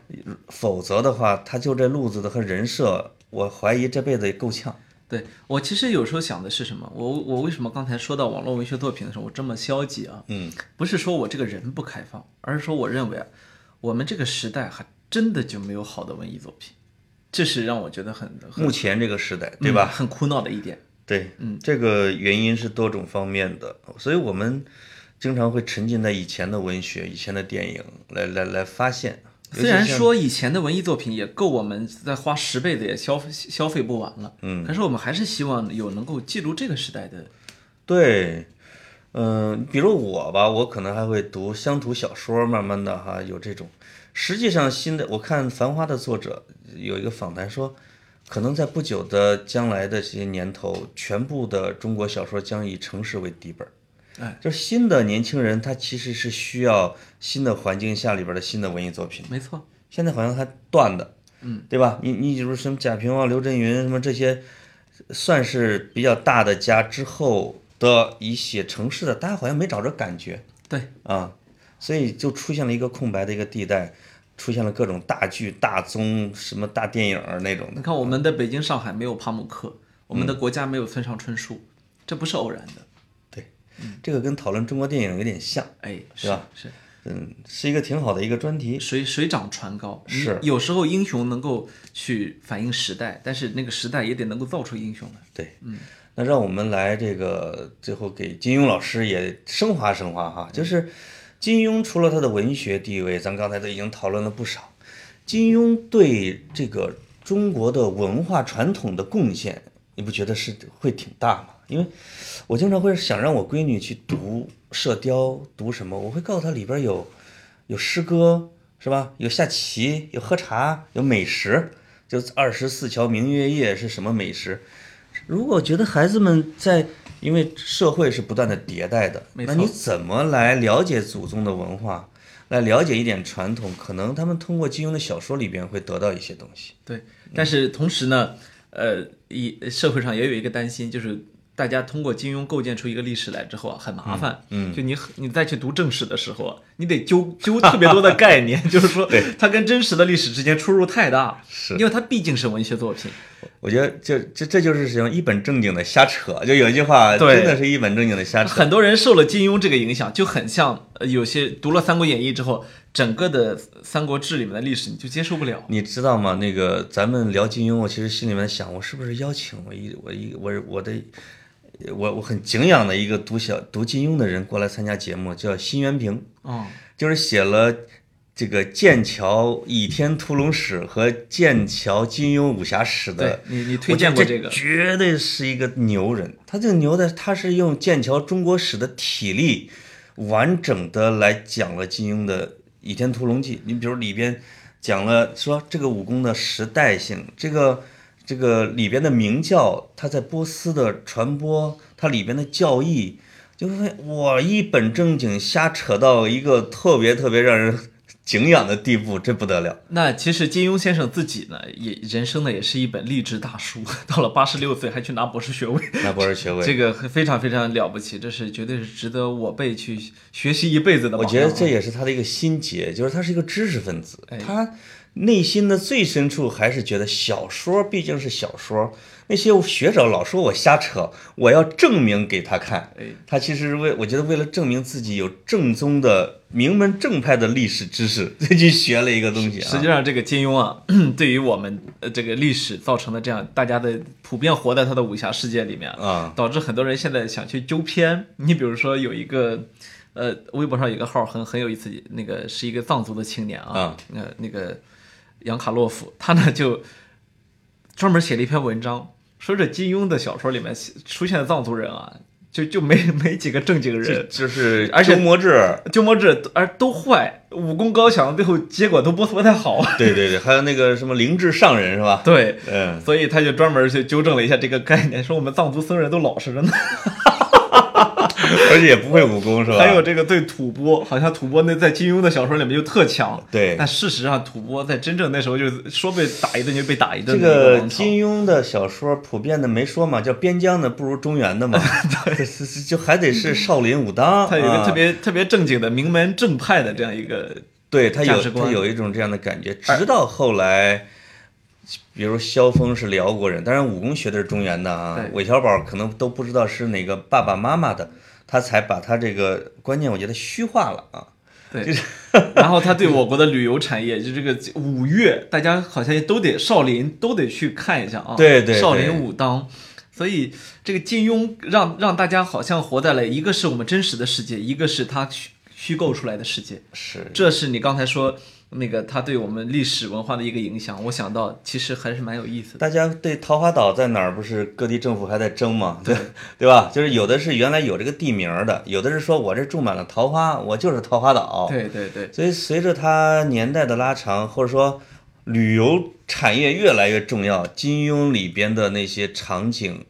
[SPEAKER 3] 否则的话，他就这路子的和人设，我怀疑这辈子也够呛。
[SPEAKER 4] 对我其实有时候想的是什么？我我为什么刚才说到网络文学作品的时候，我这么消极啊？
[SPEAKER 3] 嗯，
[SPEAKER 4] 不是说我这个人不开放，而是说我认为啊，我们这个时代还真的就没有好的文艺作品，这是让我觉得很很
[SPEAKER 3] 目前这个时代，对
[SPEAKER 4] 嗯
[SPEAKER 3] 吧？
[SPEAKER 4] 很苦恼的一点。
[SPEAKER 3] 对，嗯，这个原因是多种方面的，所以我们经常会沉浸在以前的文学、以前的电影来来来发现。
[SPEAKER 4] 虽然
[SPEAKER 3] 尤其像
[SPEAKER 4] 说以前的文艺作品也够我们再花十辈子也消费消费不完了，嗯，可是我们还是希望有能够记录这个时代的，
[SPEAKER 3] 对，嗯、比如我吧，我可能还会读乡土小说，慢慢的哈有这种。实际上，新的我看《繁花》的作者有一个访谈说，可能在不久的将来的这些年头，全部的中国小说将以城市为底本儿。
[SPEAKER 4] 哎，
[SPEAKER 3] 就是新的年轻人，他其实是需要新的环境下里边的新的文艺作品。
[SPEAKER 4] 没错，
[SPEAKER 3] 现在好像还断的，嗯，对吧？你你比如什么贾平凹、刘震云什么这些，算是比较大的家之后的一些城市的，大家好像没找着感觉
[SPEAKER 4] 对，
[SPEAKER 3] 啊，所以就出现了一个空白的一个地带，出现了各种大剧、大综、什么大电影儿那种
[SPEAKER 4] 你
[SPEAKER 3] 的。
[SPEAKER 4] 看我们的北京、上海没有帕慕克，我
[SPEAKER 3] 嗯
[SPEAKER 4] 们的国家没有村上春树，这不是偶然的，
[SPEAKER 3] 这个跟讨论中国电影有点像，
[SPEAKER 4] 哎，
[SPEAKER 3] 是吧
[SPEAKER 4] 是
[SPEAKER 3] 嗯，是一个挺好的一个专题。
[SPEAKER 4] 水水涨船高，嗯
[SPEAKER 3] 是
[SPEAKER 4] 有时候英雄能够去反映时代，但是那个时代也得能够造出英雄来。
[SPEAKER 3] 对，嗯，那让我们来这个最后给金庸老师也升华升华哈，就是金庸除了他的文学地位，咱刚才都已经讨论了不少，金庸对这个中国的文化传统的贡献，你不觉得是会挺大吗？因为我经常会想让我闺女去读《射雕》，读什么，我会告诉她里边有有诗歌，是吧？有下棋，有喝茶，有美食，就二十四桥明月夜是什么美食？如果觉得孩子们在，因为社会是不断的迭代的，
[SPEAKER 4] 没
[SPEAKER 3] 那
[SPEAKER 4] 错
[SPEAKER 3] 你怎么来了解祖宗的文化，来了解一点传统？可能他们通过金庸的小说里边会得到一些东西。
[SPEAKER 4] 对，但是同时呢，呃，一社会上也有一个担心，就是大家通过金庸构建出一个历史来之后啊，很麻烦。嗯，就你你再去读正史的时候啊，你得揪揪特别多的概念，就是说它跟真实的历史之间出入太大，
[SPEAKER 3] 是
[SPEAKER 4] 因为它毕竟是文学作品。
[SPEAKER 3] 我觉得这这这就是什么一本正经的瞎扯，就有一句话
[SPEAKER 4] 对
[SPEAKER 3] 真的是一本正经的瞎扯。
[SPEAKER 4] 很多人受了金庸这个影响，就很像呃有些读了《三国演义》之后，整个的《三国志》里面的历史你就接受不了。
[SPEAKER 3] 你知道吗？那个咱们聊金庸，我其实心里面想，我是不是邀请我一我一我我的我我很敬仰的一个读小读金庸的人过来参加节目，叫辛元平，
[SPEAKER 4] 哦，
[SPEAKER 3] 就是写了这个《剑桥倚天屠龙史》和《剑桥金庸武侠史》
[SPEAKER 4] 对
[SPEAKER 3] 的。
[SPEAKER 4] 你你推荐过
[SPEAKER 3] 我觉
[SPEAKER 4] 这
[SPEAKER 3] 得
[SPEAKER 4] 个？
[SPEAKER 3] 绝对是一个牛人。他这个牛的，他是用剑桥中国史的体力，完整的来讲了金庸的《倚天屠龙记》。你比如里边讲了说这个武功的时代性，这个这个里边的明教，它在波斯的传播，它里边的教义，就会发现我一本正经瞎扯到一个特别特别让人 敬仰的地步，这不得了。
[SPEAKER 4] 那其实金庸先生自己呢，也人生呢也是一本励志大书，到了八十六岁还去拿博士学位，
[SPEAKER 3] 拿博士学位，
[SPEAKER 4] 这个非常非常了不起，这是绝对是值得我辈去学习一辈子的榜
[SPEAKER 3] 我
[SPEAKER 4] 样
[SPEAKER 3] 觉
[SPEAKER 4] 啊。
[SPEAKER 3] 得这也是他的一个心结，就是他是一个知识分子，
[SPEAKER 4] 哎
[SPEAKER 3] 他内心的最深处还是觉得小说毕竟是小说，那些学者老说我瞎扯，我要证明给他看
[SPEAKER 4] 哎。
[SPEAKER 3] 他其实是为我觉得为了证明自己有正宗的名门正派的历史知识， 所以去学了一个东西
[SPEAKER 4] 实际
[SPEAKER 3] 啊。
[SPEAKER 4] 上，这个金庸啊， 对于我们呃这个历史造成的这样，大家的普遍活在他的武侠世界里面
[SPEAKER 3] 啊
[SPEAKER 4] 导致很多人现在想去纠偏。你比如说有一个，呃，微博上有一个号很很有意思，那个是一个藏族的青年啊
[SPEAKER 3] 啊，
[SPEAKER 4] 呃，那个杨卡洛夫，他呢就专门写了一篇文章，说这金庸的小说里面写出现的藏族人啊，就就没没几个正经
[SPEAKER 3] 就
[SPEAKER 4] 人。
[SPEAKER 3] 就是
[SPEAKER 4] 而且
[SPEAKER 3] 鸠摩智，
[SPEAKER 4] 鸠摩智都而都坏，武功高强，最后结果都不不太好。
[SPEAKER 3] 对对对，还有那个什么灵智上人是吧？
[SPEAKER 4] 对，
[SPEAKER 3] 嗯，
[SPEAKER 4] 所以他就专门去纠正了一下这个概念，说我们藏族僧人都老实着呢。
[SPEAKER 3] 而且也不会武功是吧？
[SPEAKER 4] 还有这个对吐蕃，好像吐蕃那在金庸的小说里面就特强，
[SPEAKER 3] 对
[SPEAKER 4] 但事实上，吐蕃在真正那时候就是说被打一顿就被打一
[SPEAKER 3] 这
[SPEAKER 4] 顿的一
[SPEAKER 3] 个
[SPEAKER 4] 王朝
[SPEAKER 3] 金庸的小说普遍的没说嘛，叫边疆的不如中原 的嘛，这是是就还得是少林武当，
[SPEAKER 4] 嗯他有一个
[SPEAKER 3] 啊
[SPEAKER 4] 特别、特别正经的名门正派的这样一个，
[SPEAKER 3] 对他
[SPEAKER 4] 价
[SPEAKER 3] 有
[SPEAKER 4] 值
[SPEAKER 3] 他
[SPEAKER 4] 观哎
[SPEAKER 3] 有一种这样的感觉，直到后来，比如萧峰是辽国人，当然武功学的是中原的啊
[SPEAKER 4] 对，
[SPEAKER 3] 韦小宝可能都不知道是哪个爸爸妈妈的，他才把他这个观念我觉得虚化了啊，
[SPEAKER 4] 对。然后他对我国的旅游产业，就这个五岳，大家好像都得少林都得去看一下啊，
[SPEAKER 3] 对对对
[SPEAKER 4] 少林武当。所以这个金庸让让大家好像活在了一个是我们真实的世界，一个是他虚虚构出来的世界。
[SPEAKER 3] 是
[SPEAKER 4] 这是你刚才说那个他对我们历史文化的一个影响，我想到其实还是蛮有意思的。
[SPEAKER 3] 大家对桃花岛在哪儿不是各地政府还在争吗？对对吧？就是有的是原来有这个地名儿的，有的是说我这种满了桃花，我就是桃花岛。，
[SPEAKER 4] 对对对，
[SPEAKER 3] 所以随着它年代的拉长，或者说旅游产业越来越重要，金庸里边的那些场景、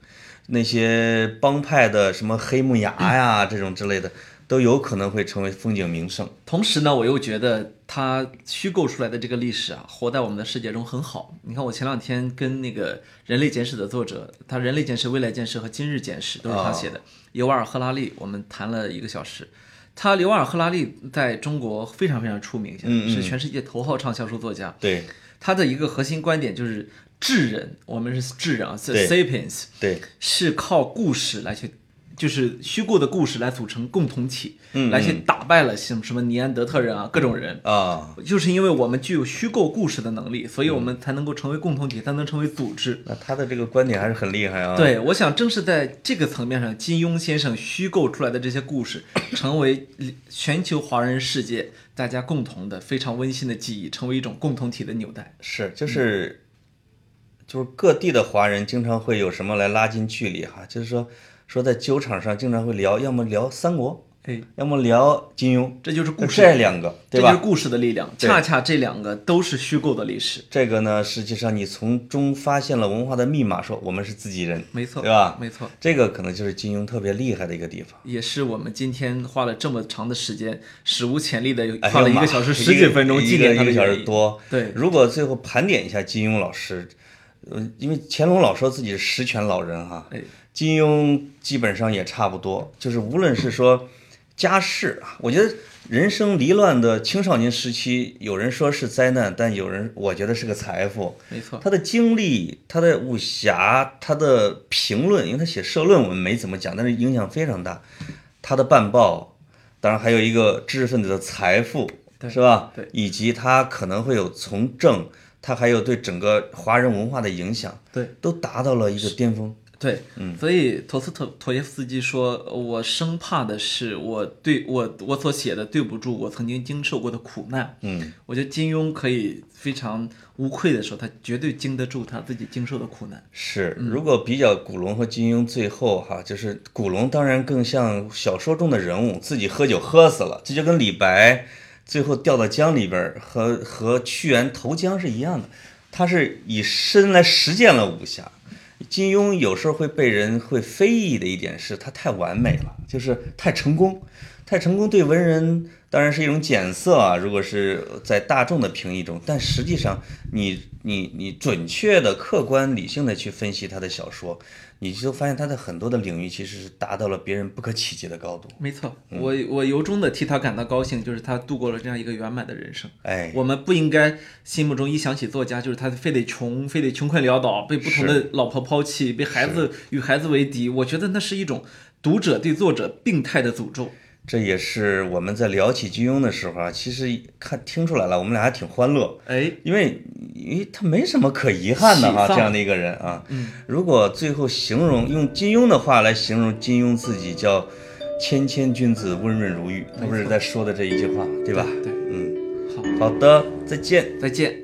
[SPEAKER 3] 那些帮派的什么黑木崖 呀、这种之类的，都有可能会成为风景名胜。
[SPEAKER 4] 同时呢，我又觉得他虚构出来的这个历史啊，活在我们的世界中很好。你看，我前两天跟那个《人类简史》的作者，他《人类简史》《未来简史》和《今日简史》都是他写的，尤瓦尔·赫拉利，我们谈了一个小时。他尤瓦尔·赫拉利在中国非常非常出名，现在
[SPEAKER 3] 嗯嗯
[SPEAKER 4] 是全世界头号畅销书作家。
[SPEAKER 3] 对
[SPEAKER 4] 他的一个核心观点就是智人，我们是智人啊，是
[SPEAKER 3] 对
[SPEAKER 4] sapiens，
[SPEAKER 3] 对，
[SPEAKER 4] 是靠故事来去，就是虚构的故事来组成共同体，
[SPEAKER 3] 嗯
[SPEAKER 4] 来去打败了什么什么尼安德特人啊，各种人。
[SPEAKER 3] 啊，
[SPEAKER 4] 就是因为我们具有虚构故事的能力，所以我们才能够成为共同体，才能成为组织。
[SPEAKER 3] 那他的这个观点还是很厉害啊。
[SPEAKER 4] 对，我想正是在这个层面上，金庸先生虚构出来的这些故事，成为全球华人世界大家共同的非常温馨的记忆，成为一种共同体的纽带。
[SPEAKER 3] 是，就是、就是各地的华人经常会有什么来拉近距离哈，就是说说在酒场上经常会聊，要么聊三国，
[SPEAKER 4] 哎，
[SPEAKER 3] 要么聊金庸，呃
[SPEAKER 4] 这就是故事
[SPEAKER 3] 这两个对
[SPEAKER 4] 这就是
[SPEAKER 3] 吧？
[SPEAKER 4] 故事的力量。
[SPEAKER 3] 对
[SPEAKER 4] 恰恰这两个都是虚构的历史，
[SPEAKER 3] 这个呢，实际上你从中发现了文化的密码，说我们是自己人，
[SPEAKER 4] 没错，
[SPEAKER 3] 对吧？
[SPEAKER 4] 没错，
[SPEAKER 3] 这个可能就是金庸特别厉害的一个地方。
[SPEAKER 4] 也是我们今天花了这么长的时间，史无前例的
[SPEAKER 3] 哎
[SPEAKER 4] 花了
[SPEAKER 3] 呀
[SPEAKER 4] 一
[SPEAKER 3] 妈
[SPEAKER 4] 个小时十几分钟
[SPEAKER 3] 一个
[SPEAKER 4] 纪念他
[SPEAKER 3] 一
[SPEAKER 4] 的
[SPEAKER 3] 个小
[SPEAKER 4] 原
[SPEAKER 3] 时
[SPEAKER 4] 因。
[SPEAKER 3] 多。
[SPEAKER 4] 对
[SPEAKER 3] 如果最后盘点一下金庸老师，呃，因为乾隆老说自己是十全老人哈，
[SPEAKER 4] 哎
[SPEAKER 3] 金庸基本上也差不多，就是无论是说家世啊，我觉得人生离乱的青少年时期，有人说是灾难，但有人我觉得是个财富。
[SPEAKER 4] 没错，
[SPEAKER 3] 他的经历，他的武侠，他的评论，因为他写社论，我们没怎么讲，但是影响非常大。他的办报，当然还有一个知识分子的财富，是吧？
[SPEAKER 4] 对
[SPEAKER 3] 以及他可能会有从政，他还有对整个华人文化的影响，
[SPEAKER 4] 对，
[SPEAKER 3] 都达到了一个巅峰。
[SPEAKER 4] 对，
[SPEAKER 3] 嗯
[SPEAKER 4] 所以陀思妥妥耶夫斯基说，我生怕的是我对我我所写的对不住我曾经经受过的苦难。
[SPEAKER 3] 嗯，
[SPEAKER 4] 我觉得金庸可以非常无愧的说，他绝对经得住他自己经受的苦难。
[SPEAKER 3] 是，如果比较古龙和金庸，最后哈，就是古龙当然更像小说中的人物，自己喝酒喝死了，这就跟李白最后掉到江里边儿和和屈原投江是一样的，他是以身来实践了武侠。金庸有时候会被人会非议的一点是，他太完美了，就是太成功，太成功对文人当然是一种检测啊。如果是在大众的评议中，但实际上你你你准确的、客观、理性的去分析他的小说，你就发现他在很多的领域其实是达到了别人不可企及的高度。
[SPEAKER 4] 没错，
[SPEAKER 3] 嗯
[SPEAKER 4] 我我由衷的替他感到高兴，就是他度过了这样一个圆满的人生。
[SPEAKER 3] 哎
[SPEAKER 4] 我们不应该心目中一想起作家，就是他非得穷，非得穷困潦倒，被不同的老婆抛弃，被孩子与孩子为敌。我觉得那是一种读者对作者病态的诅咒。
[SPEAKER 3] 这也是我们在聊起金庸的时候啊，其实看听出来了，我们俩还挺欢乐。
[SPEAKER 4] 哎，
[SPEAKER 3] 因为因为他没什么可遗憾的哈，
[SPEAKER 4] 喜
[SPEAKER 3] 这
[SPEAKER 4] 丧
[SPEAKER 3] 样的一个人啊。如果最后形容用金庸的话来形容金庸自己，叫“谦谦君子，温润如玉”，他不是在说的这一句话，对吧？
[SPEAKER 4] 对，
[SPEAKER 3] 嗯，
[SPEAKER 4] 好，
[SPEAKER 3] 好的，再见。
[SPEAKER 4] 再见。